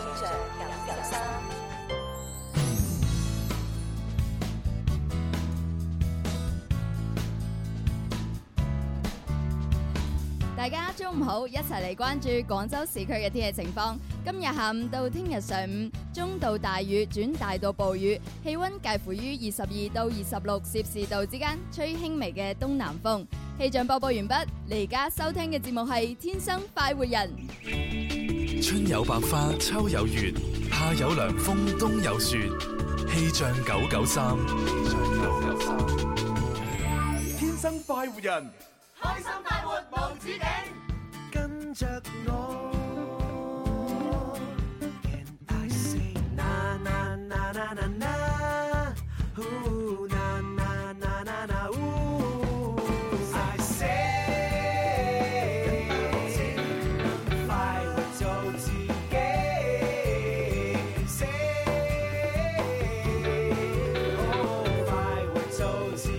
B: 大家中午好，一齊嚟關注廣州市區嘅天氣情況。今日下午到聽日上午，中到大雨轉大到暴雨，氣温介乎於二十二到二十六攝氏度之間，吹輕微嘅東南風。氣象播報完畢，你而家收聽嘅節目係《天生快活人》。
C: 春有百花，秋有月，夏有涼風，冬有雪。气象九九三，气象九九三，
D: 天生快活人，
E: 开心快活无止境，跟着我。Can I say na na na na na na? Ooh, na na na na na ooh. I say 快活做自己，say 哦快活做自己。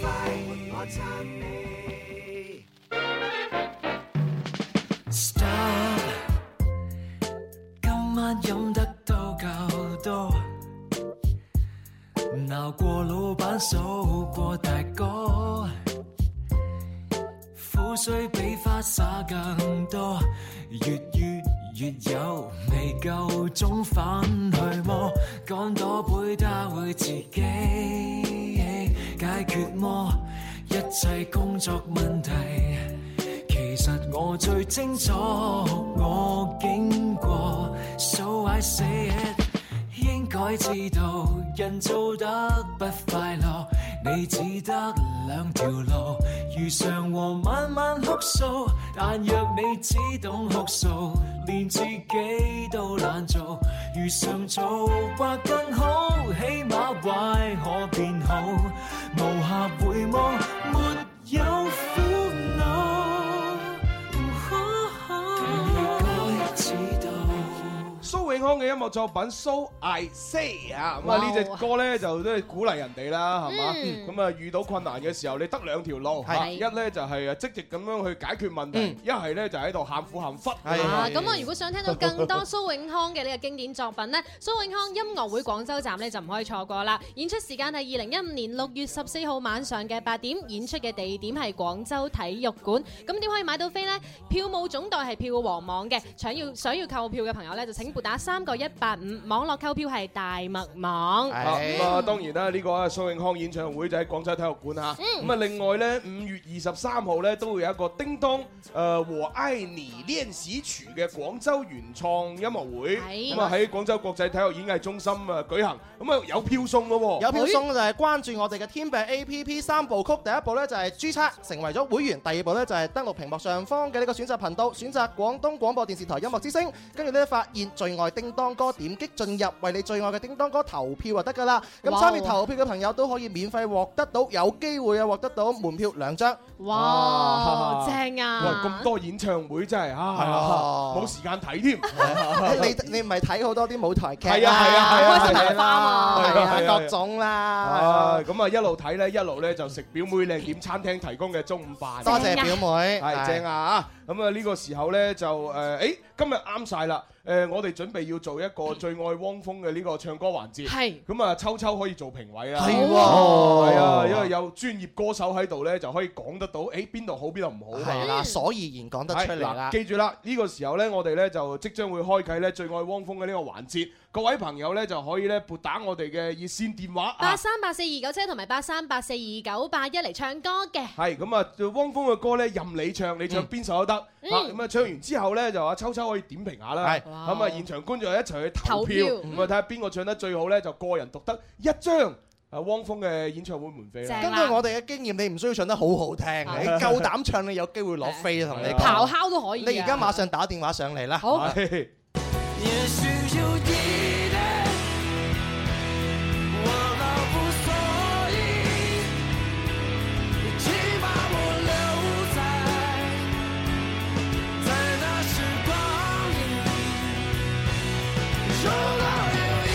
E: 快活我撐你
Q: Stop，今晚飲得都夠多，鬧過老闆，數過大哥，苦水比花灑更多，越越越有未夠鐘返去麼？乾多杯他會自己解決麼？一切工作問題。其實我最清楚，我經過，so I say it，應該知道人做得不快樂，你只得兩條路，如常和晚晚哭訴，但若你只懂哭訴，連自己都懶做，如常做或更好，起碼壞可變好，無暇回望，沒有苦惱。
F: 蘇永康嘅音樂作品《So I Say》啊，咁啊呢只歌咧就都係鼓勵人哋啦，係嘛？
H: 嗯
F: 咁啊遇到困難嘅時候，你得兩條路，
H: 係
F: 一咧就係啊積極咁樣去解決問題，一係咧就喺度喊苦喊忽。
H: 哎
G: 啊，咁我如果想聽到更多蘇永康嘅呢個經典作品
H: <laughs>
G: 呢，蘇永康音樂會廣州站呢就唔可以錯過啦。演出時間係二零一五年六月十四號晚上嘅八點，演出嘅地點係廣州體育館。咁點可以買到飛呢？票務總代係票王網嘅，想要想要購票嘅朋友呢，就請撥打三個一八五，網絡購票係大麥網。
H: 哎
F: 啊咁啊，當然啦，呢個啊蘇永康演唱會就喺廣州體育館嚇。
G: 嗯
F: 咁啊，另外咧，五月二十三號咧都會有一個叮當誒和愛你練習曲嘅廣州原創音樂會，
H: 係
F: 咁啊喺廣州國際體育演藝中心啊舉行。咁啊有票送咯喎，
H: 有票送就係關注我哋嘅天幣 A P P 三部曲，第一步咧就係註冊成為咗會員，第二步咧就係登錄屏幕上方嘅呢個選擇頻道，選擇廣東廣播電視台音樂之聲，跟住咧發現最愛叮當歌，點擊進入，為你最愛嘅叮當歌投票就得㗎啦。咁
G: 哇
H: 參與投票嘅朋友都可以免費獲得到，有機會啊獲得到門票兩張。哦
G: 哇，正
F: 喂
G: 啊！
F: 咁多演唱會真係
H: 係啊
F: 啊，冇時間睇添。
H: <laughs> 你你唔係睇好多啲舞台劇
F: 係啊係啊係啊
H: 開心麻花啊，
F: 係啊
H: 係
F: 係啊係
H: 啊
F: 啊
H: 各種啦。
F: 啊，咁啊一路睇咧，一路咧就食表妹靚點餐廳提供嘅中午飯。
H: 多謝表妹
F: 係正啊！咁啊呢個時候咧就誒，誒今日啱晒啦。誒，我哋準備要做一個最愛汪峰嘅呢個唱歌環節。
G: 係。
F: 咁啊，秋秋可以做評委啦。
H: 係喎
F: 係啊，因為有專業歌手喺度咧，就可以講得到誒邊度好邊度唔好。
H: 係啦，所以然講得出嚟啦
F: 係嗱。記住啦，呢、個時候呢，我哋呢就即將會開啟呢最愛汪峰嘅呢個環節。各位朋友呢，就可以呢撥打我哋嘅熱線電話啊
G: 八。三八四二九七同埋八三八四二九八一嚟唱歌嘅。
F: 係咁啊，汪峰嘅歌呢，任你唱，你唱邊首都得。啊
G: 嗯
F: 咁啊，唱完之後呢，就阿秋秋可以點評下啦。咁啊，現場觀眾一齊去投
G: 投
F: 票，
G: 票
F: 咁啊睇下邊個唱得最好呢，就個人獨得一張啊汪峰嘅演唱會門飛啦。
H: 根據我哋嘅經驗，你唔需要唱得好好聽，你夠膽唱，你有機會攞飛同你講
G: 咆哮都可以啊
H: 哦你而家馬上打電話上嚟啦。
G: 好
F: 係
E: 也许有一天，我老无所依，你请把我留在在那时光里。终到有一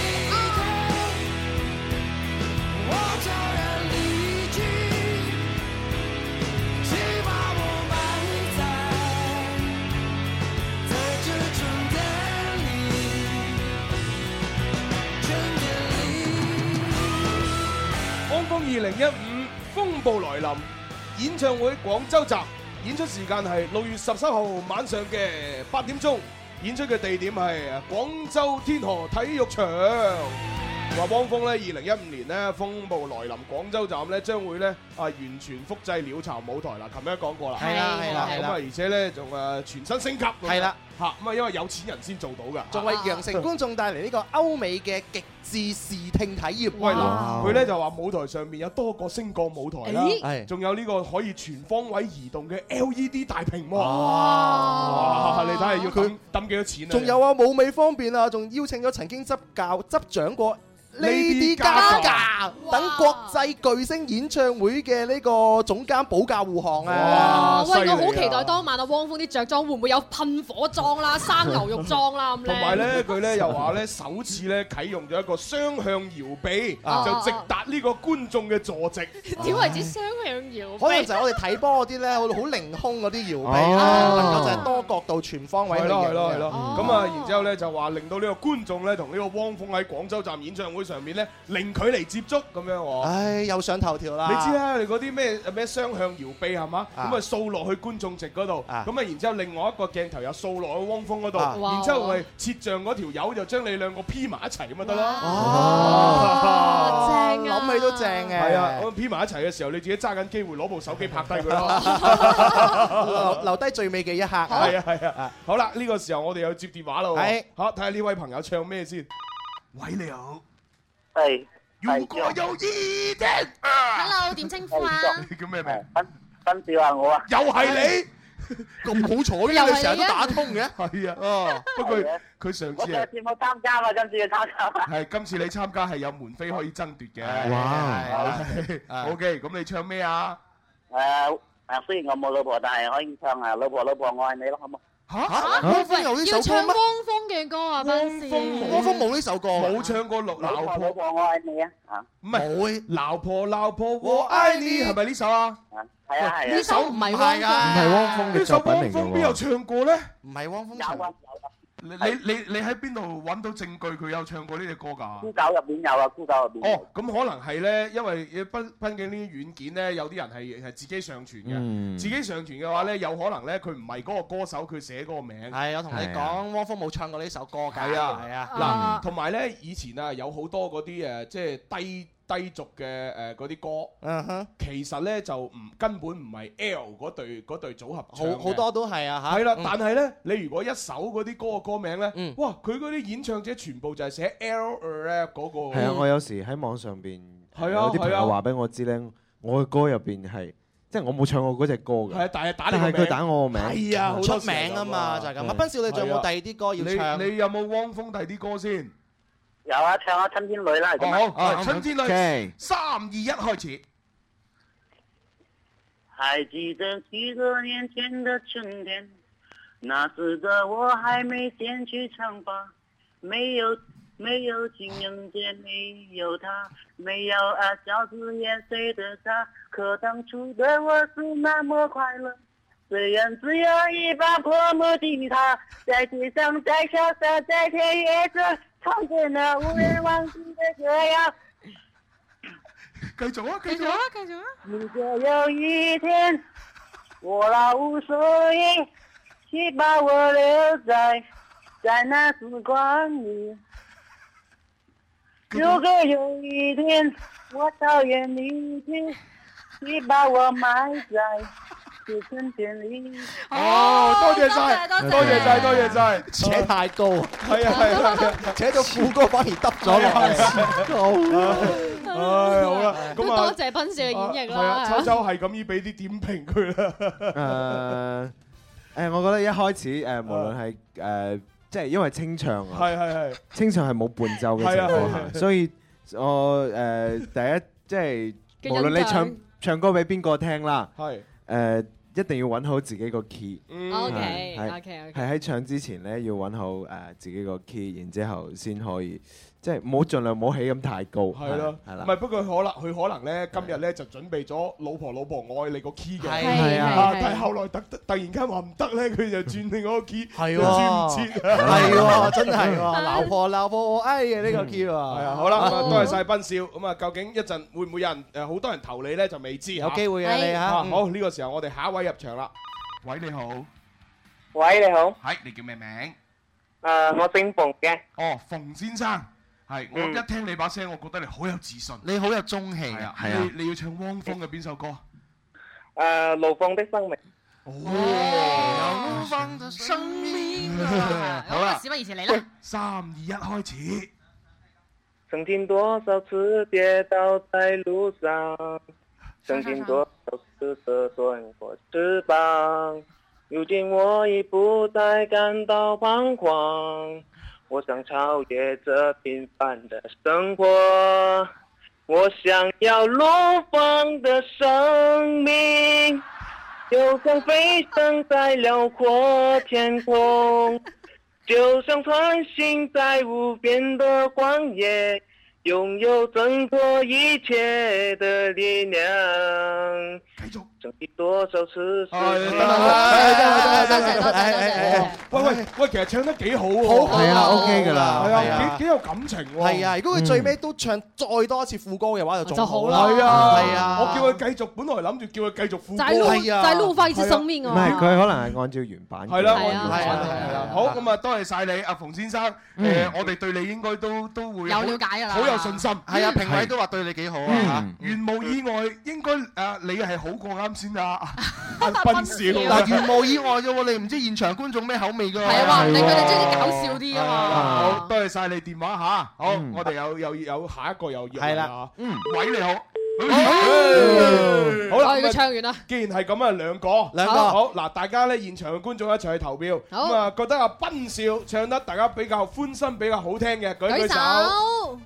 E: 天，我悄然离去，请把我埋在。在这春天里，春天里。
F: 汪峰二零一五風暴來臨演唱會廣州站，演出時間係六月十三號晚上嘅八點鐘，演出嘅地點係廣州天河體育場。話汪峰咧，二零一五年咧風暴來臨廣州站咧，將會咧啊完全複製鳥巢舞台啦。琴日都講過啦，
H: 係啦係啦係
F: 咁
H: 啦
F: 啊，而且咧仲誒全新升級。
H: 係啦，
F: 嚇咁啊，因為有錢人先做到㗎。
H: 仲為羊 <laughs> 城觀眾帶嚟呢個歐美嘅極致視聽體驗。
F: 喂嗱，佢咧就話舞台上面有多個升降舞台啦
H: 咦，係
F: 仲有呢個可以全方位移動嘅 LED 大屏幕。
H: 哇
F: 哇！你睇下要佢抌幾多錢啊？
H: 仲有啊，舞美方面啊，仲邀請咗曾經執教執掌過 Lady
F: Lady
H: Gaga 等國際巨星演唱會嘅呢個總監保駕護航啊！
G: 喂，我好期待當晚啊，汪峰啲着裝會唔會有噴火裝
H: <laughs>
G: 啦、生牛肉裝啦咁咧？
F: 同埋咧，佢咧又話咧，首次咧啟用咗一個雙向搖臂，
H: 啊
F: 就直達呢個觀眾嘅坐席。
G: 點為之雙向搖
H: 可能就係我哋睇波嗰啲咧，好好凌空嗰啲搖臂
F: 哦
H: 能夠就係多角度全方位去
F: 係
H: 影
F: 咯係咯係咯，
H: 嘅哦
F: 咁啊，然之後咧就話令到呢個觀眾咧同呢個汪峰喺廣州站演唱會上面咧零距離接觸咁樣喎。
H: 唉，又上頭條啦！
F: 你知啦，你嗰啲咩咩雙向搖臂係嘛？
H: 啊
F: 咁啊掃落去觀眾席嗰度，
H: 啊
F: 咁啊然之後另外一個鏡頭又掃落去汪峰嗰度，
H: 啊
F: 然之後咪切像嗰條友就將你兩個 P 埋一齊咁咪得咯。
H: 哇，正啊！諗起都正嘅。
F: 係啊，咁 P 埋一齊嘅時候，你自己揸緊機會攞部手機拍低佢咯。
H: <laughs> 留留低最美嘅一刻。
F: 係啊係啊，好啦，呢個時候我哋又接電話啦喎
H: 係，
F: 好睇下呢位朋友唱咩先。喂，你好。
R: 係。
F: 如果有意的，
G: Hello，點稱
F: <laughs>
G: 呼啊？
F: 你叫咩名？
R: 斌少啊，我啊。
F: 又係你，咁好彩
R: 嘅你成日都打
F: 通嘅。係啊，哦，不過佢佢上
R: 我
F: 次
R: 嘅
F: 係
R: 節目參加啊，今次嘅參加。
F: 係今次你參加係有門飛可以爭奪嘅。
R: 哇
F: 係啊！OK，咁 dạ. 你唱咩啊？
R: 誒誒，雖然我冇老婆，但係可以唱啊，老婆老婆，我愛你咯，好冇？
H: 嚇
G: 喂要唱汪峰嘅歌啊，斌士。
H: 汪峰冇呢首歌，
F: 冇唱過老
R: 老
F: 鬧
R: 婆老
F: 破，
R: 婆，我愛你啊！啊，
F: 唔係鬧破鬧破，我愛你係咪呢首啊？
R: 係啊係啊。
F: 呢首唔係汪
H: 係
F: 峰
H: 㗎，
L: 唔係汪峰嘅作品嚟
F: 呢首汪
L: 嘅
F: 峰邊
L: 喎。
F: 有唱過咧？
H: 唔係汪峰
R: 有啊
F: 你你你你喺邊度揾到證據佢有唱過呢只歌㗎？
R: 有啊，孤狗入邊有啊，孤狗入邊。
F: 哦，咁可能係咧，因為畢畢竟呢啲軟件咧，有啲人係係自己上傳嘅，
H: 嗯
F: 自己上傳嘅話咧，有可能咧佢唔係嗰個歌手佢寫嗰個名。
H: 係我同你
F: 係啊
H: 講，汪峰冇唱過呢首歌㗎。
F: 係啊，
H: 係啊，
F: 嗱，同埋咧以前啊有好多嗰啲誒即係低低俗嘅誒嗰啲歌，
H: 嗯哼，
F: 其實咧就唔根本唔係 L 嗰隊嗰隊組合唱嘅
H: 好好多都係啊嚇。
F: 係啦，
H: 嗯
F: 但係咧，你如果一搜嗰啲歌嘅歌名咧，哇！佢嗰啲演唱者全部就係寫 L rap 嗰個。
L: 係啊，我有時喺網上邊有
F: 係啊
L: 啲朋
F: 係啊
L: 友話俾我知咧，我嘅歌入邊係即係我冇唱過嗰只歌㗎。
F: 係啊但係打
L: 但
F: 你個
L: 係
F: 名
L: 佢打我個名。
F: 係啊，好多
H: 出名啊嘛
F: 時候
H: 就係咁啊斌少你仲有
F: 係
H: 冇
F: 啊
H: 第二啲歌要唱
F: 你你有冇汪峰第二啲歌先？
R: 有啊，唱啊《春天裏》啦，咁
F: 好，
R: 啊
F: 啊春天裏
R: OK
F: 三二一開始。
R: 还记得许多年前的春天，那时的我还没剪去长发，没有没有情人节，没有他，没有啊小子也随着他。可当初的我是那么快乐，虽然只有一把破木吉他，在街上，在桥上，在田野上，唱着那无人忘记的歌谣。
F: 繼續啊，繼
G: 續啊，繼續啊！
R: 如果有一天 <laughs> 我老无所依，请把我留在在那时光里。
F: 嗯
R: 如果有一天我讨厌你去，请把我埋在这春天里。
F: 哦，多謝晒，
R: 多謝
F: 多謝晒，多謝晒，
H: 扯太高，
F: 係啊係啊係啊，
H: 扯到副歌反而耷咗落嚟。
F: 唉，好啦，
G: 都
F: 咁啊
G: 多，謝斌士嘅演繹
F: 係啊，
G: 啦。
F: 秋秋係咁依俾啲點評佢啦。
L: 誒 <laughs> 誒，我覺得一開始誒，無論係誒，即係因為清唱啊，
F: 係係係。
L: 清唱係冇伴奏嘅情況
F: 係啊係啊
L: 下，所以我誒第一即係
F: 嘅
L: 無論
F: 印
L: 你
F: 象
L: 唱唱歌俾邊個聽啦，
F: 係
L: 誒一定要揾好自己個 key。
F: 嗯
G: OK，
L: 係
G: OK，OK
L: 係喺唱之前咧要揾好誒自己個 key，然之後先可以即係唔好盡量唔好起咁太高。
F: 係咯，
L: 係啦
F: 唔係。不過佢可能佢可能咧今日咧就準備咗老婆老婆愛你個 key 嘅，
L: 係係啊係
F: 但係後來突突然間話唔得咧，佢就轉另外一個 key，
H: 係
F: 就
H: <laughs>
F: 轉唔
H: 喎，
F: 切，
H: 係 <laughs> 喎，真係喎，鬧破鬧破我哎嘅呢個 key 喎。係
F: 係啊，好啦，咁啊多謝晒斌少。咁啊，究竟一陣會唔會有人誒好多人投你咧，就未知。
H: 有機會嘅係你嚇
F: 啊
H: 嗯
F: 好，呢個時候我哋下一位入場啦。喂，你好。
R: 喂，你好。
F: 係，你叫咩名？
R: 誒，我姓馮嘅。
F: 哦，馮先生。係，我
R: 嗯
F: 一聽你把聲，我覺得你好有自信。
H: 你好有中氣
F: 係啊
H: 係啊
F: 你你要唱汪峰嘅邊首歌？
R: 誒，怒放的生命。
S: 哦，方的生命
T: 啊
S: 好啦，
T: 事不宜遲嚟啦
S: 喂三二一開始。
U: 曾经多少次跌倒在路上，曾经多少次折断过翅膀，如今我已不再感到彷徨。我想超越这平凡的生活，我想要怒放的生命，就像飞翔在辽阔天空。就像穿行在无边的旷野，拥有挣脱一切的力量。经历多少次失
H: 哎，
F: 喂喂喂，其實唱得幾好
H: 好
F: 喎，
H: 好係啊，OK 㗎啦
F: 係
H: 係
F: 啊，
H: 啊
F: 幾幾有感情喎。
H: 係啊，如果佢最尾都唱再多一次副歌嘅話，就仲好啦。
F: 係啊，
H: 係啊，
F: 我叫佢繼續，本來諗住叫佢繼續副歌，
G: 再錄
F: 係啊
G: 再錄放一次生命
L: 唔
G: 哦
L: 係佢可能係按照原版嘅。
S: 係啦，
G: 係啊
S: 我
G: 係啊
S: 係啦，好咁啊，多謝晒你，阿馮先生，誒，我哋對你應該都都會
T: 有
S: 好
T: 了解㗎啦
S: 好有信心，
T: 係啊評委
S: 都話對你幾好
T: 啊嚇，
S: 原無意外應該誒你係好過啱先啊，
F: 斌少
S: 嗱
F: 嗱
S: 原
F: 如
S: 無
F: 無
S: 意
F: 意
S: 外啫喎，你唔知現場觀眾咩口味㗎喎，
F: 係啊話唔定佢哋中意啲搞
T: 笑啲㗎嘛
S: 好多謝晒你電話嚇，好
F: 嗯，
S: 我哋有有有下一個有約
F: 係啦
S: 啦，嗯，喂你好。
F: 好啦，
G: 我哋嘅
F: 咁啊
G: 唱完啦。
F: 既然係咁啊，兩個，
G: 兩個
F: 好嗱，大家咧現場嘅觀眾一齊去投票。
G: 好
F: 咁啊，覺得阿斌少唱得大家比較歡心、比較好聽嘅，舉
G: 舉
F: 舉手。
G: 手。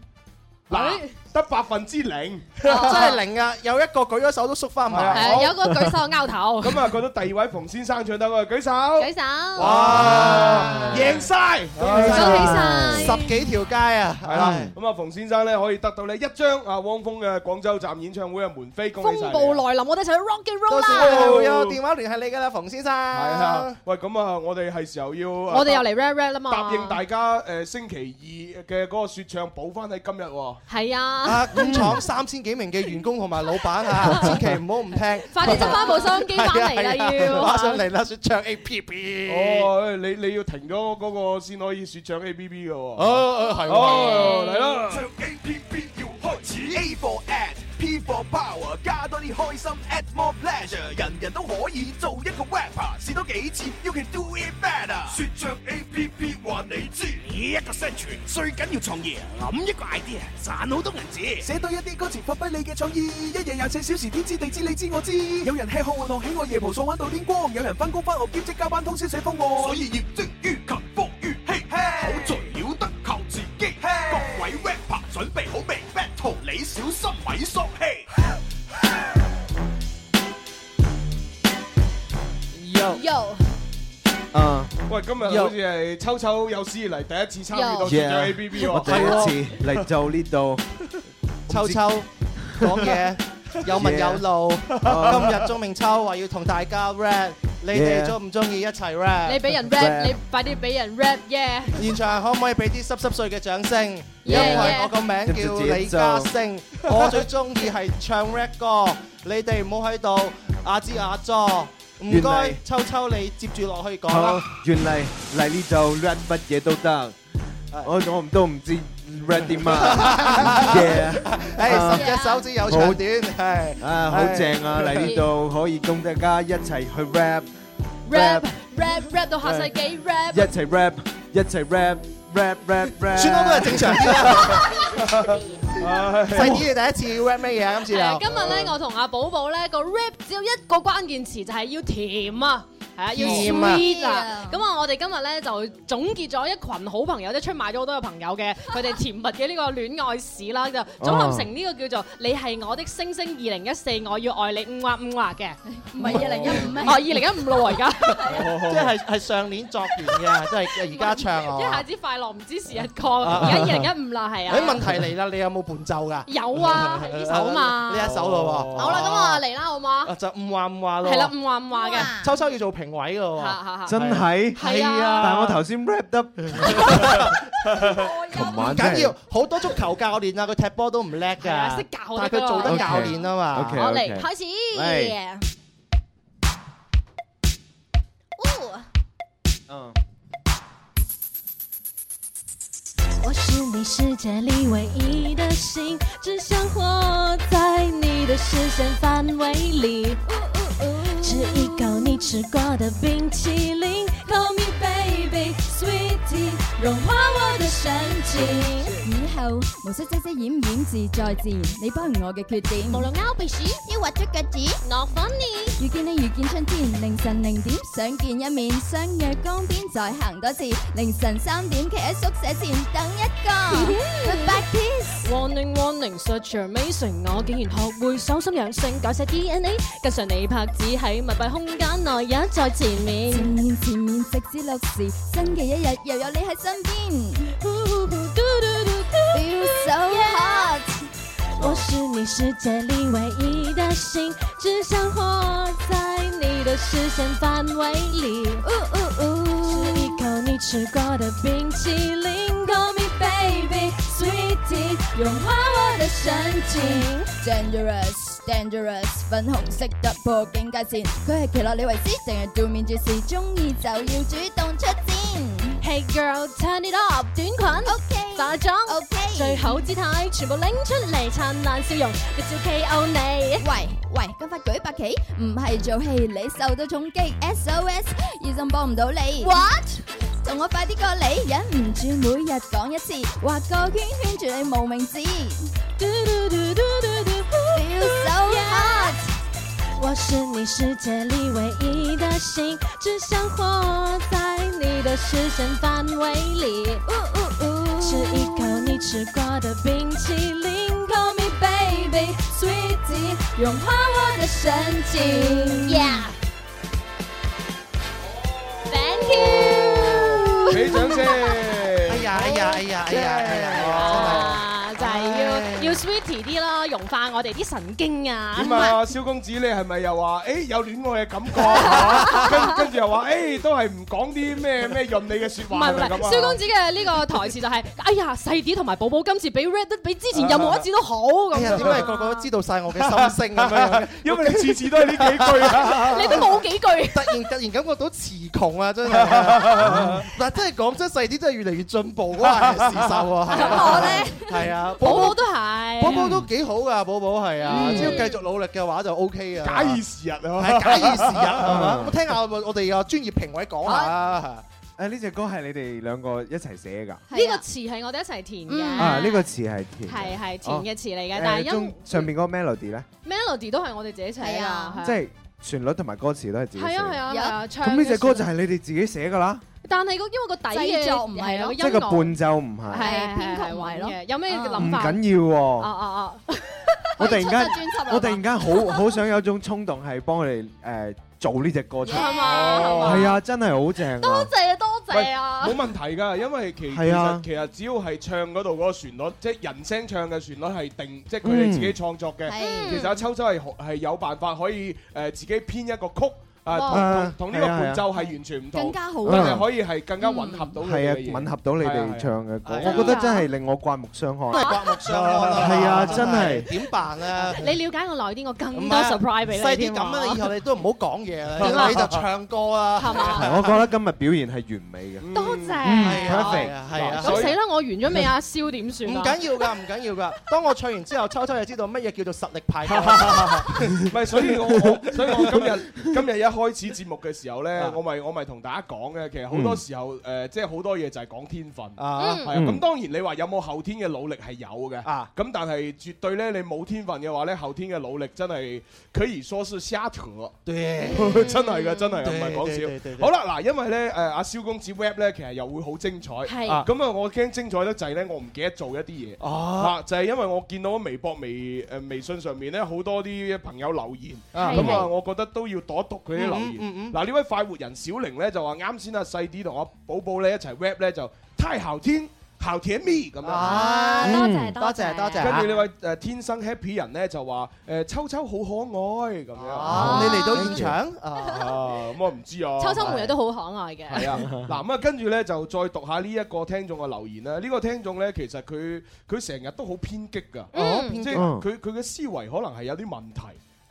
F: 嗱，得百分之零，
H: <laughs> 真係零啊！有一個舉咗手都縮翻
F: 係啊
H: 埋。
F: 好
G: 有一個舉手拗頭。
F: 咁啊，覺得第二位馮先生唱得喎，舉手。
G: 舉手。
F: 哇！贏晒，恭喜
G: 晒
H: 十幾條街啊！
F: 係啦，咁啊，馮先生咧可以得到咧一張啊汪峰嘅廣州站演唱會嘅門飛，恭喜
G: 風
F: 晒你
G: 暴來臨，我哋就去 rock and roll
H: 到時
G: 啦。
H: 我哋會有電話聯繫你㗎啦，馮先生。係
F: 係啊，喂，咁啊，我哋係時候要啊
G: 我哋又嚟 rap rap 啦嘛。
F: 答應大家誒星期二嘅嗰個説唱補翻喺今日喎。
G: 係
H: 啊
G: 啊！，
H: 工廠三千幾名嘅
G: <laughs>
H: 員工同埋老
R: <laughs>
H: 闆啊，千祈唔好唔聽，
G: 快啲執返部收音機返嚟啦
H: <laughs> 係啊係啊
G: 要
H: 馬上嚟啦，説唱 A P P。
F: <laughs> 哦，你你要停咗嗰個先可以説唱 A P P 嘅喎。
H: 哦，係喎
F: 哦，嚟啦！
E: A P P 要開始，A for ad。P for power，加多啲開心，add more pleasure，人人都可以做一個 rapper，試多幾次，you can do it better。説唱 A P P 話你知，一個生存最緊要創意，諗一個 idea，賺好多銀紙，寫到一啲歌詞，發揮你嘅創意，一日廿四小時，天知地知你知我知。有人吃喝玩樂，喜愛夜蒲爽玩到天光，有人翻工翻學兼職加班通宵寫方案，所以業精於勤，福於嬉，口最了得靠自己。各位 rapper 準備好未？battle 你小心咪索氣。
G: Yo，
L: 啊，
F: 喂，今日好似係秋秋有史以嚟第一次參與到
L: Yeah，
F: 説唱 A P P
L: 我
F: 喎。
L: 第一次嚟到呢度，
H: 秋秋講 <laughs> 嘢有文有 <laughs> 路，今日鐘明秋話要同大家 rap，你哋
L: Yeah
H: 中唔中意一齊 rap？
G: 你俾人
H: Rap
G: rap，你快啲俾人 rap 耶！
H: 現場可唔可以俾啲濕濕碎嘅掌聲？因
G: Yeah
H: 為我個名叫李
G: <laughs>
H: 嘉誠，我最中意係唱 rap 歌。你哋唔好喺度亞支亞助，唔
L: 原
H: 該
L: 嚟
H: 秋秋你接住落去講
L: 好
H: 啦。，
L: 原嚟嚟呢度 rap 乜嘢都得，我我唔都唔知 rap 點啊
H: <laughs>
L: ，yeah，Ờ. À,
H: 誒，十隻手指有長短，係
L: 啊好正啊！嚟呢度可以同大家一齊去 rap
G: rap rap rap <laughs> 到下世紀 rap，
L: 一齊 rap 一齊 rap rap rap rap，
H: 算啦都係正常啲
L: <laughs>
H: 啦。
F: 唉
H: 細啲你第一次 rap 咩嘢？今
G: 係
H: 次
G: 啊
H: 又
G: 今日咧，我同阿寶寶咧個 rap 只有一個關鍵詞，就係要甜啊！係啊，要
H: 甜啊
G: sweet 啊！咁啊，我哋今日咧就總結咗一群好朋友，即係出賣咗好多嘅朋 <laughs> 友嘅佢哋甜蜜嘅呢個戀愛史啦，
H: 哦
G: 就總合成呢個叫做《你係我的星星二零一四》，我要愛你五啊五啊嘅，唔
V: 係2015咩
G: 哦，二零一五
H: <laughs>
G: 咯喎，而家
H: 即係係上年作完嘅，即係而家唱
G: 一下
H: 我。
G: 子快樂唔知時日過，而家二零一五啦，係啊。
H: 誒哦問題嚟啦，你有冇伴奏㗎？
G: 有啊，係呢首嘛。
H: 呢一首咯喎。
G: 好啦，咁我嚟啦，好嘛？
H: 啊就唔話唔話咯。
G: 係啦，唔話唔話啊嘅。
H: 秋秋要做評委噶
G: 嚇嚇嚇
H: 喎，
L: 真係
H: 係啊，
L: 但係我頭先 rap 得，琴
H: 唔
L: 晚真係
H: 緊要，好多足球教練啊，佢踢波都唔叻㗎，
G: 係啊識教我哋
H: 但係佢做得教練啊嘛。
L: OK，OK，OK
G: 我嚟開始。
L: 嚟
B: 哦
I: 我是你世界里唯一的星，只想活在你的视线范围里。只
U: 吃一口你吃过的冰淇淋，Call me baby sweetie，融化我的神经。
B: 以後無需遮遮掩掩，自在自然。你包容我嘅缺點，無論
G: 勾鼻屎，
B: 抑或捽腳趾，我粉你。遇見你如見春天，凌晨零點想見一面，相約江邊再行多次。凌晨三點企喺宿舍前等一個。Bye bye kiss。
G: Warning warning such amazing！我竟然學會手心養性，改寫 DNA，跟上你拍子喺密閉空間內也在前面。
B: 前面前面直至六時，新嘅一日又有你喺身邊。Feel so hot，
U: 我是你世界里唯一的星，只想活在你的视线范围里。吃一口你吃过的冰淇淋，Call me baby sweetie，融化我的神经。
G: Ừ.
B: Dangerous dangerous，粉紅色突破境界線，佢係奇洛李維斯，淨係做面注視，中意就要主動出戰。
G: Hey girl，turn it up，短裙，OK，化妝，OK，最好姿態全部拎出嚟，燦爛笑容，一笑 KO 你。
B: 喂喂，金髮舉白旗，唔係做戲，你受到重擊，SOS，醫生幫唔到你。What？同我快啲過嚟，忍唔住每日講一次，畫個圈圈住你無名指。Feel so hot。
U: 我是你世界里唯一的星，只想活在你的视线范围里。吃一口你吃过的冰淇淋，Call me baby sweetie，融化我的神经。
G: Yeah。
H: 俾掌聲！哎呀哎呀哎呀哎呀哎呀！
G: 啊，就係要要 sweetie 啲啦，融化我哋啲神經啊。
F: 點啊，蕭公子你係咪又話誒有戀愛嘅感
L: <laughs>
F: 覺啊？跟跟住又話誒都係唔講啲咩咩潤你嘅説
G: 唔係
F: 話係
G: 唔
F: 咪
G: 係，
F: 咁啊？
G: 蕭公子嘅呢個台詞就係：哎呀，細啲同埋寶寶今次比 Red 比之前任何一次都好咁
H: 哎呀，
G: 樣。
H: 點解個個都知道晒我嘅心聲咁樣？
F: <laughs> 因為你次次都係呢幾句啊
G: <laughs> 你都冇幾句。
H: 突然突然感覺到詞窮啊，
F: <laughs>
H: 真係。但真係講真，細啲真係越嚟越進步嗰個事實
G: <laughs>
H: 喎。係啊
G: 我
H: 係啊，
G: 寶寶都係，
H: 寶寶都幾好噶，寶寶係啊，
G: 嗯
H: 只要繼續努力嘅話就 O K 啊。
F: 假以時日啊
H: 係假以時日係
L: Ờ.
H: 嘛？
F: <laughs>
H: 咁聽下我哋啊專業評委講下啊。
L: 誒呢只歌係你哋兩個一齊寫㗎？
G: 呢個詞係我哋一齊填
L: 啊，呢
G: 嘅，
L: 個詞係填嘅。
G: 係係填嘅詞嚟嘅
L: 哦，
G: 但係
L: 誒
G: 音
L: 中上面嗰個 melody 咧，
G: melody 都係我哋自己寫㗎，係啊
L: 即嗯係旋律同埋歌詞都係自己寫。
G: 係啊係啊係啊，唱
L: 咁呢只歌
G: 嘅
L: 就係你哋自己寫㗎啦，
G: 但係個因為個底嘅
B: 製作唔係
G: 係啊
B: 咯
G: 個音
L: 即係個
G: 樂
L: 伴奏唔
G: 係
L: 係。
G: 係啊編曲位咯，有咩
L: 唔
G: 諗法？
L: 緊要
G: 哦
L: 喎，
G: 哦哦，
L: 我突然間
G: 可以出咗專輯啦
L: 我突然間好好想有種衝動係幫佢哋誒做呢只歌出嚟，
G: 係嘛
L: 哦係啊，真係好正啊！
G: 多謝啊多謝啊！
F: 冇問題㗎，因為其其
L: 係啊
F: 實其實只要係唱嗰度嗰個旋律，即係人聲唱嘅旋律係定，即係佢哋自己創作嘅。
L: 係
F: 其實阿秋秋係可係有辦法可以誒自己編一個曲。啊，同
L: 哇
F: 同同呢個
L: 係啊係啊
F: 伴奏係完全唔同，
L: 更加好啊
F: 但係可以係更加混合到佢哋嘅
L: 係
F: 嘢
L: 啊，吻合到你哋唱嘅歌，
F: 係啊係啊
L: 我覺得真係令我刮目相看。
H: 都係刮目相看啊
L: 係啊，真係。
H: 點辦啊？
G: 你了解我耐啲，我更
H: 唔
G: 多
H: 係
G: 嗯
H: 啊
G: surprise 俾你
H: 細
G: 添
H: 啲咁啊！
G: 喎
H: 你以後你都唔好講嘢
G: 點啊
H: 啦，你就唱歌啦。
G: 係嘛
L: 係我覺得今日表現係完美嘅。嗯
G: 多謝。
L: perfect
H: 啊嗯係啊
G: 咁死啦！我完咗未
H: <laughs>
G: 啊？阿蕭點算
H: 唔
G: 啊？
H: 緊要㗎，唔緊要㗎。當我唱完之後，秋秋就知道乜嘢叫做實力
G: <laughs>
H: 派。
F: 唔係，所以我
H: <laughs>
F: 我所以我今日今日一開始節目嘅時候
H: 啊
F: 咧，我咪我咪同大家講嘅，其實好多時候誒，即係好多嘢就係講天分，係
H: 嗯啊
F: 啊。
H: 嗯啊
F: 咁當然你話有冇後天嘅努力係有嘅，咁但係絕對咧，你冇天分嘅話咧，後天嘅努力真係可以說是瞎扯。
H: 對
F: <laughs> 真係嘅，真係嘅唔係
H: 對對對
F: 講
H: 對
F: 笑。好啦，嗱，因為咧誒阿蕭公子 rap 咧，其實又會好精彩，
H: 係
F: 啊咁啊，我驚精彩得滯咧，我唔記得做一啲嘢。
H: 哦
F: 啊，就係因為我見到微博、微誒微信上面咧好多啲朋友留言，
H: 啊
F: 咁啊，
H: 係
F: 我覺得都要讀一讀佢啲留
H: 嗯嗯
F: 言。
H: 嗯
F: 嗱，呢位快活人小玲咧就話啱先啊，細啲同阿寶寶咧一齊 rap 咧就太後天。後天咪咁樣，
H: 啊多謝嗯多謝多謝
F: 跟住呢位誒天生 happy 人咧就話誒秋秋好可愛咁樣。
H: 嗯你嚟到現場
F: 啊？咁我唔知啊。
G: <laughs> 秋秋每日都好可愛嘅。
F: 係啊，嗱咁啊，跟住咧就再讀下呢一個聽眾嘅留言啦。呢個聽眾咧，其實佢佢成日都好偏激㗎，
G: 哦
F: 即
G: 偏
F: 係
G: 激
F: 佢佢嘅思維可能係有啲問題。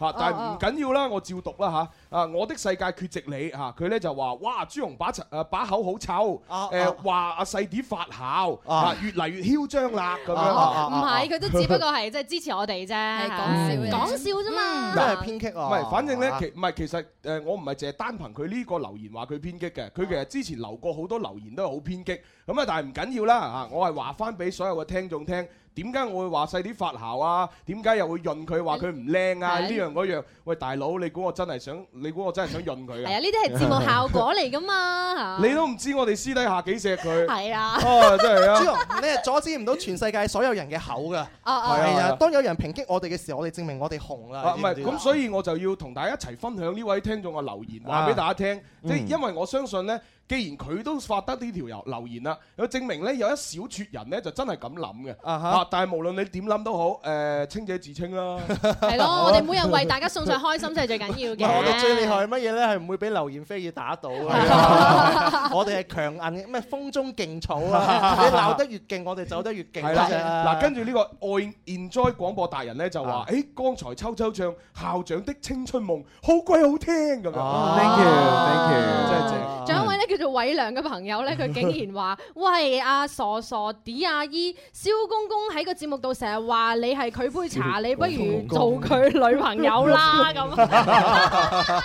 F: 嚇，但係
W: 哦
F: 唔緊要啦，我照讀啦嚇。啊，我的世界缺席你嚇，佢咧就話：哇，朱紅把陳誒把口好臭，
G: 哦
F: 誒話阿細碟發姣，啊越嚟越囂張啦
G: 哦
F: 咁樣。
G: <laughs> 唔係，佢都只不過係即係支持我哋啫， <laughs> 係講
F: 笑嘅
G: 講笑啫嘛，
F: 唔係，反正咧，其唔係其實誒，我唔係淨係單憑佢呢個留言話佢偏激嘅，
G: 啊
F: 佢其實之前留過好多留言都係好偏激，咁啊，但係唔緊要啦啊！我係話翻俾所有嘅聽眾聽。點解我會話細啲發姣啊？點解又會潤佢話佢唔靚啊？
G: 係
F: 呢樣嗰樣，喂大佬，你估我真係想？你估我真係想潤佢
G: 係
F: 啊？
G: 啊，呢啲係節目效果嚟噶嘛，
F: <laughs> 你都唔知我哋私底下幾錫佢。
G: 係啊
F: 啊真
H: <laughs>
F: 係啊！
H: <laughs> 朱紅，你係阻止唔到全世界所有人嘅口噶。
G: 哦哦
H: 係
F: 係
H: 啊
F: 啊，
H: 當有人抨擊我哋嘅時候，我哋證明我哋紅啦。
F: 啊，唔係，咁所以我就要同大家一齊分享呢位聽眾嘅留言，話俾大家聽。即係因為我相信呢，既然佢都發得呢條留留言啦，有證明呢，有一小撮人呢就真係咁諗嘅。
H: 哈
F: 啊，但係無論你點諗都好，誒，清者自清啦。
G: 係
F: <laughs>
G: 咯，我哋每日為大家送上開心先係最緊要
H: 我哋最厲
G: 嘅。
H: 害係乜嘢咧？係唔會俾流言蜚語打倒
G: <laughs>
H: 啊！我哋係強硬嘅，咩風中勁草
G: <laughs>
H: 啊！你鬧得越勁，我哋走得越勁。啊
F: 係啦，嗱，跟住呢個愛 enjoy 廣播達人呢，就話：，誒，剛才秋秋唱《校長的青春夢》好鬼好聽咁樣。
L: Thank you，thank
F: you，真係正。
G: 啊仲有一位咧叫做偉良嘅朋友咧，佢竟然話：，喂，阿傻傻啲阿姨，蕭公公喺個節目度成日話你係佢杯
H: <laughs>
G: 茶，你不如做佢女朋友啦咁。
F: <laughs> 嗱，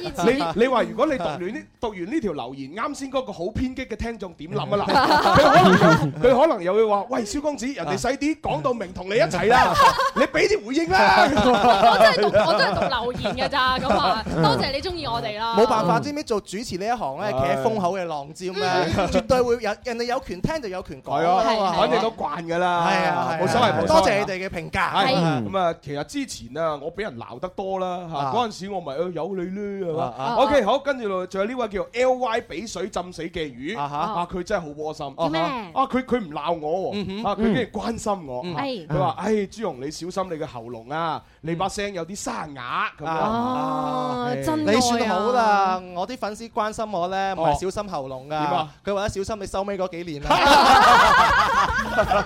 G: 第二次
F: 你你話如果你讀完呢讀完呢條留言，啱先嗰個好偏激嘅聽眾點諗啊？
G: <laughs>
F: 嗱，佢可能又佢可能又會話：，喂，蕭公子，人哋細啲講到明同你一
G: <laughs>
F: 齊啦，你俾啲回應啦。
G: 我真係讀我真係讀留言㗎咋，咁啊，多謝你中意我哋啦。
H: 冇辦法，知唔知做主持呢一行
F: 啊
H: 咧，企喺風口嘅浪尖咧，
G: 嗯
H: 絕對會有人哋有權聽就有權講
F: 係
H: 㗎
F: 啊
H: 啦嘛，
F: 反正都慣㗎啦。
H: 係啊係啊
F: 冇所謂，冇所謂
H: 多謝你哋嘅評價
F: 係
H: 係
F: 咁啊，其實之前啊，我俾人鬧得多啦嚇，
H: 啊
F: 嗰陣時我咪誒有你咧係
H: 啊啊
F: 嘛？OK，好，跟住落嚟仲有呢位叫 L Y 俾水浸死嘅魚
H: 啊哈
F: 啊，佢真係好窩心。
H: 叫咩
F: 啊哈啊，佢佢唔鬧我喎，啊，佢竟然關心我。
H: 嗯
F: 啊
H: 係
F: 佢話：，唉，朱紅，你小心你嘅喉嚨啊，你把聲有啲沙啞咁樣。哦
H: 啊
F: 唉
H: 你算好啦，我啲粉絲關心我咧，唔係
F: 哦
H: 小心喉
F: 點
H: 嚨噶
F: 啊，
H: 佢話咧小心你收尾嗰幾年啊啦。 <laughs>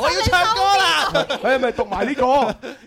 H: 我要唱歌啦！
F: <laughs> 佢係咪讀埋呢個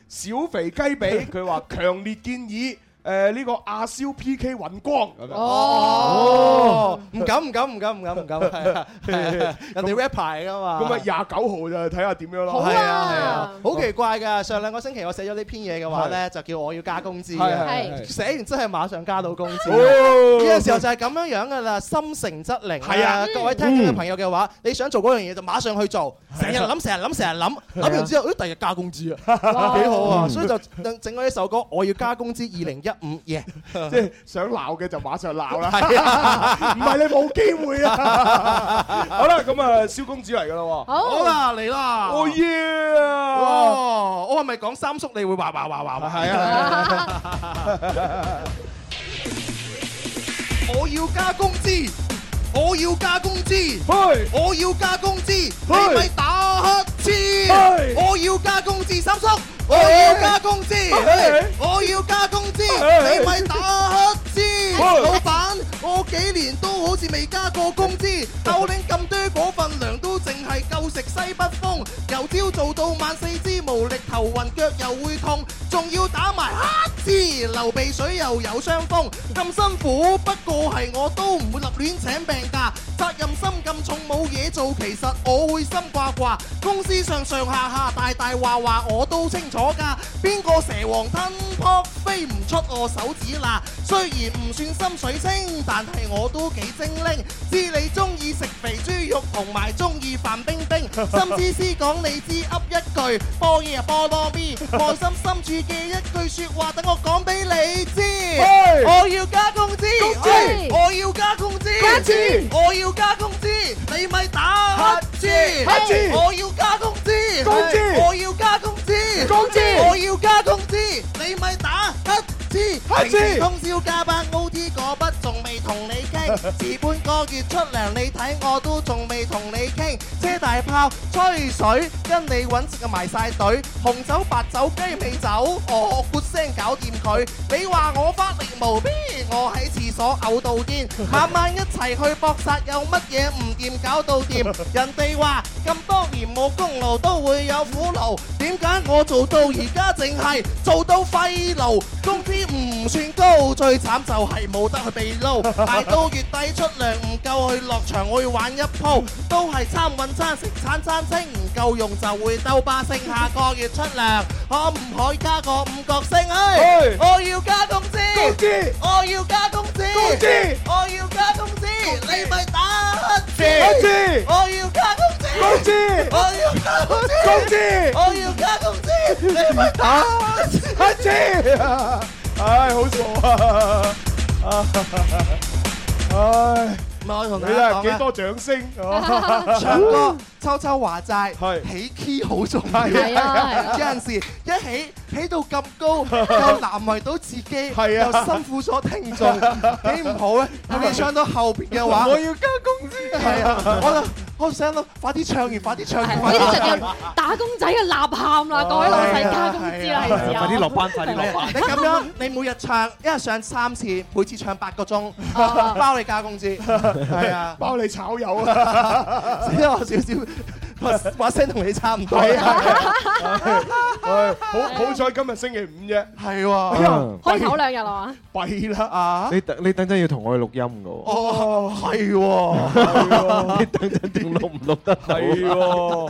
F: 小肥雞髀？佢話強烈建議誒呢個阿蕭 PK 尹光咁樣。
H: 哦，唔敢唔敢唔敢唔敢唔敢，
F: <laughs>
H: 係啊係啊 <laughs> 人哋 rap 牌噶嘛。
F: 咁啊廿九號就睇下點樣啦。
H: 係啊係啊，好奇怪㗎！上兩個星期我寫咗呢篇嘢嘅話咧，就叫我要加工資
F: 係係
H: 嘅，
F: 係
H: 寫完真係馬上加到工資。
F: 哦
H: 呢個時候就係咁樣樣㗎啦，心誠則靈。
F: 係啊
H: 各位聽眾嘅朋友嘅話，你想做嗰樣嘢就馬上去做，成日諗成日諗成日諗，諗完之後，誒第日加工
F: <laughs>
H: 資啊，
F: 哇
H: 幾好啊！
F: 嗯
H: 所以就整咗呢首歌《我要加工資二零一五》耶，
F: <laughs> 即係想鬧嘅就馬上鬧啦，
H: 係
F: <laughs> 唔係你冇機會
H: <laughs>
F: 啊！好啦，咁啊，蕭公子嚟噶啦喎，Oh
H: 好啦嚟啦，
F: 哦耶！
H: 哇！我係咪講三叔你會話話話話話？
F: 係
H: <laughs>
F: 啊
H: <laughs> 我要加工資，我要加工資，我要加工資，你咪打乞嗤，我要加工資，三叔，我要加工資，我要加工資，你咪打乞嗤，老闆，我幾年都好似未加過工資，究竟咁多嗰份糧都淨係夠食西北風，由朝做到晚四肢無力，頭暈腳又會痛，仲要打埋乞嗤，流鼻水又有傷風，咁辛苦，不過係我都唔會立亂請病假，責任心咁重冇嘢做，其實我會心掛掛，公司上上下下大大話話我都清楚㗎，邊個蛇王吞撲飛唔出我手指罅，雖然唔算心水清，但係我都幾精靈，知你中意食肥豬肉同埋中意范冰冰，心思思講你知噏一句，波嘢波多咪，內心深處嘅一句説話，等我講俾你知，
E: 係
H: 我要加工資，
E: 工資
H: 係我要加工資，
E: 工資
H: 我要加工資，你咪打乞嗤，
E: 乞嗤
H: 我要加工資，
E: 工資
H: 我要加工資，
E: 工資
H: 我要加工資，你咪打乞
E: 乞嗤
H: 嗤，平時通宵加班 OT 嗰筆仲未同你傾，自半個月出糧你睇我都仲未同你傾，車大炮吹水，跟你揾食啊埋晒隊，紅酒白酒雞尾酒，哦我豁聲搞掂佢，你話我法力無邊，我喺廁所嘔到癲，晚晚一齊去搏殺有乜嘢唔掂搞到掂，人哋話咁多年冇功勞都會有苦勞，點解我做到而家淨係做到廢勞？工資唔算高，最慘就係冇得去避 <laughs> 撈，捱到月底出糧唔夠去落場會玩一鋪，都係餐揾餐食餐餐清唔夠用就會兜巴星，下個月出糧可唔可以加個五角星？唉
E: 嘿
H: 我要加工資，
E: 工資
H: 我要加工資，
E: 工資
H: 我要加工資，你咪打乞
E: 工
H: 嗤
E: 資，
H: 我要加工資，
E: 工資
H: 我要加工資，
E: 工資
H: 我要加工資，你咪打乞嗤。
F: 唉，好傻啊！啊唉，
H: 我同
F: 你
H: 大家講啊
F: 啊，幾多掌聲？
H: 唱歌秋秋話齋，
F: 係
H: 起 key 好重要。
F: 係啊係啊
H: 有陣時一起起到咁高，又難為到自己，
F: 係啊
H: 又辛苦咗
F: <laughs>
H: 聽眾，幾唔好咧？特別唱到後邊嘅話，
E: 我要
H: 加工資。係啊，我就我想諗，快啲唱完，快啲唱完。啊
G: 呢啲就
H: 快啲
G: 叫打工仔嘅呐喊啦，各位老細加工資啦，係時候。
W: 快啲落班，快啲落班。
H: 啊你咁樣，你每日唱，一日上三次，每次唱八個鐘，
F: 哦
H: 包你加工資，係啊，
F: 包你炒
H: <laughs>
F: 友啊！
H: 因為我少少把把聲同你差 <laughs> 唔多。
F: 係啊唉好好彩今日星期五啫，
H: 係喎
F: 因為
G: 可以唞兩日啦嘛。
F: 弊
H: <laughs>
F: 啦啊！
L: 你等你等陣要同我去錄音噶喎，
H: 哦，係喎。
L: 你等陣點錄唔錄得到啊？
F: 係喎，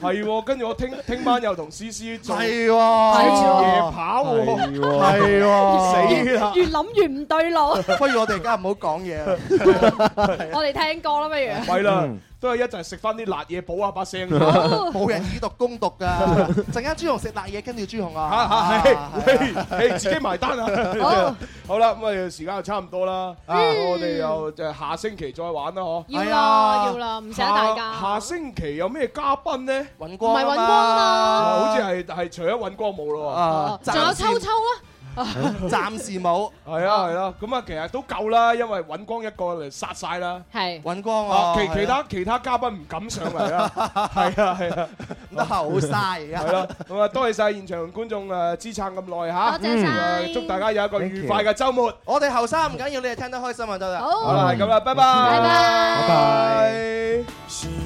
F: 係喎，跟住我聽聽晚又同 C C 做
H: 係喎
F: 夜跑喎，
H: 係喎係喎
F: 死啦！
G: 越諗越唔對路。
H: 不如我哋而家唔好講嘢 <laughs> 啦。
G: 我哋聽歌啦，不如。
F: 咪啦，都係一陣食翻啲辣嘢補下把聲。
H: Ừ. 冇人以毒攻毒㗎，陣間朱紅食辣嘢，跟住朱紅啊，
F: 你自己埋單啊！好啦，咁啊時間又差唔多啦，啊我哋又就下星期再玩啦，嗬。
G: 要啦要啦唔捨得大家
F: 下下星期有咩嘉賓呢？
H: 尹
G: 光啊嘛唔係尹光啊
F: 好似係係除咗尹光冇咯
H: 啊
F: 喎。
G: 仲有秋秋啊！
H: <laughs> 暫時冇。
F: 係啊係啦，咁啊其實都夠啦，因為尹光一個嚟殺晒啦。
G: 係
H: 尹光
F: 啊，
H: 啊，
F: 其其
H: 係啊
F: 他其他嘉賓唔敢上嚟
H: <laughs>
F: 啦，係啊係啊，
H: 唔得閒好嘥而家
F: 係啦，咁啊多謝晒現場觀眾誒支撐咁耐嚇，
H: 多謝晒
F: 嗯誒祝大家有一個
H: Thank you
F: 愉快嘅週末。
H: 我哋後生唔緊要，你哋聽得開心就得啦。
F: 好啦，係咁啦，拜拜，
H: 拜拜拜
F: 拜。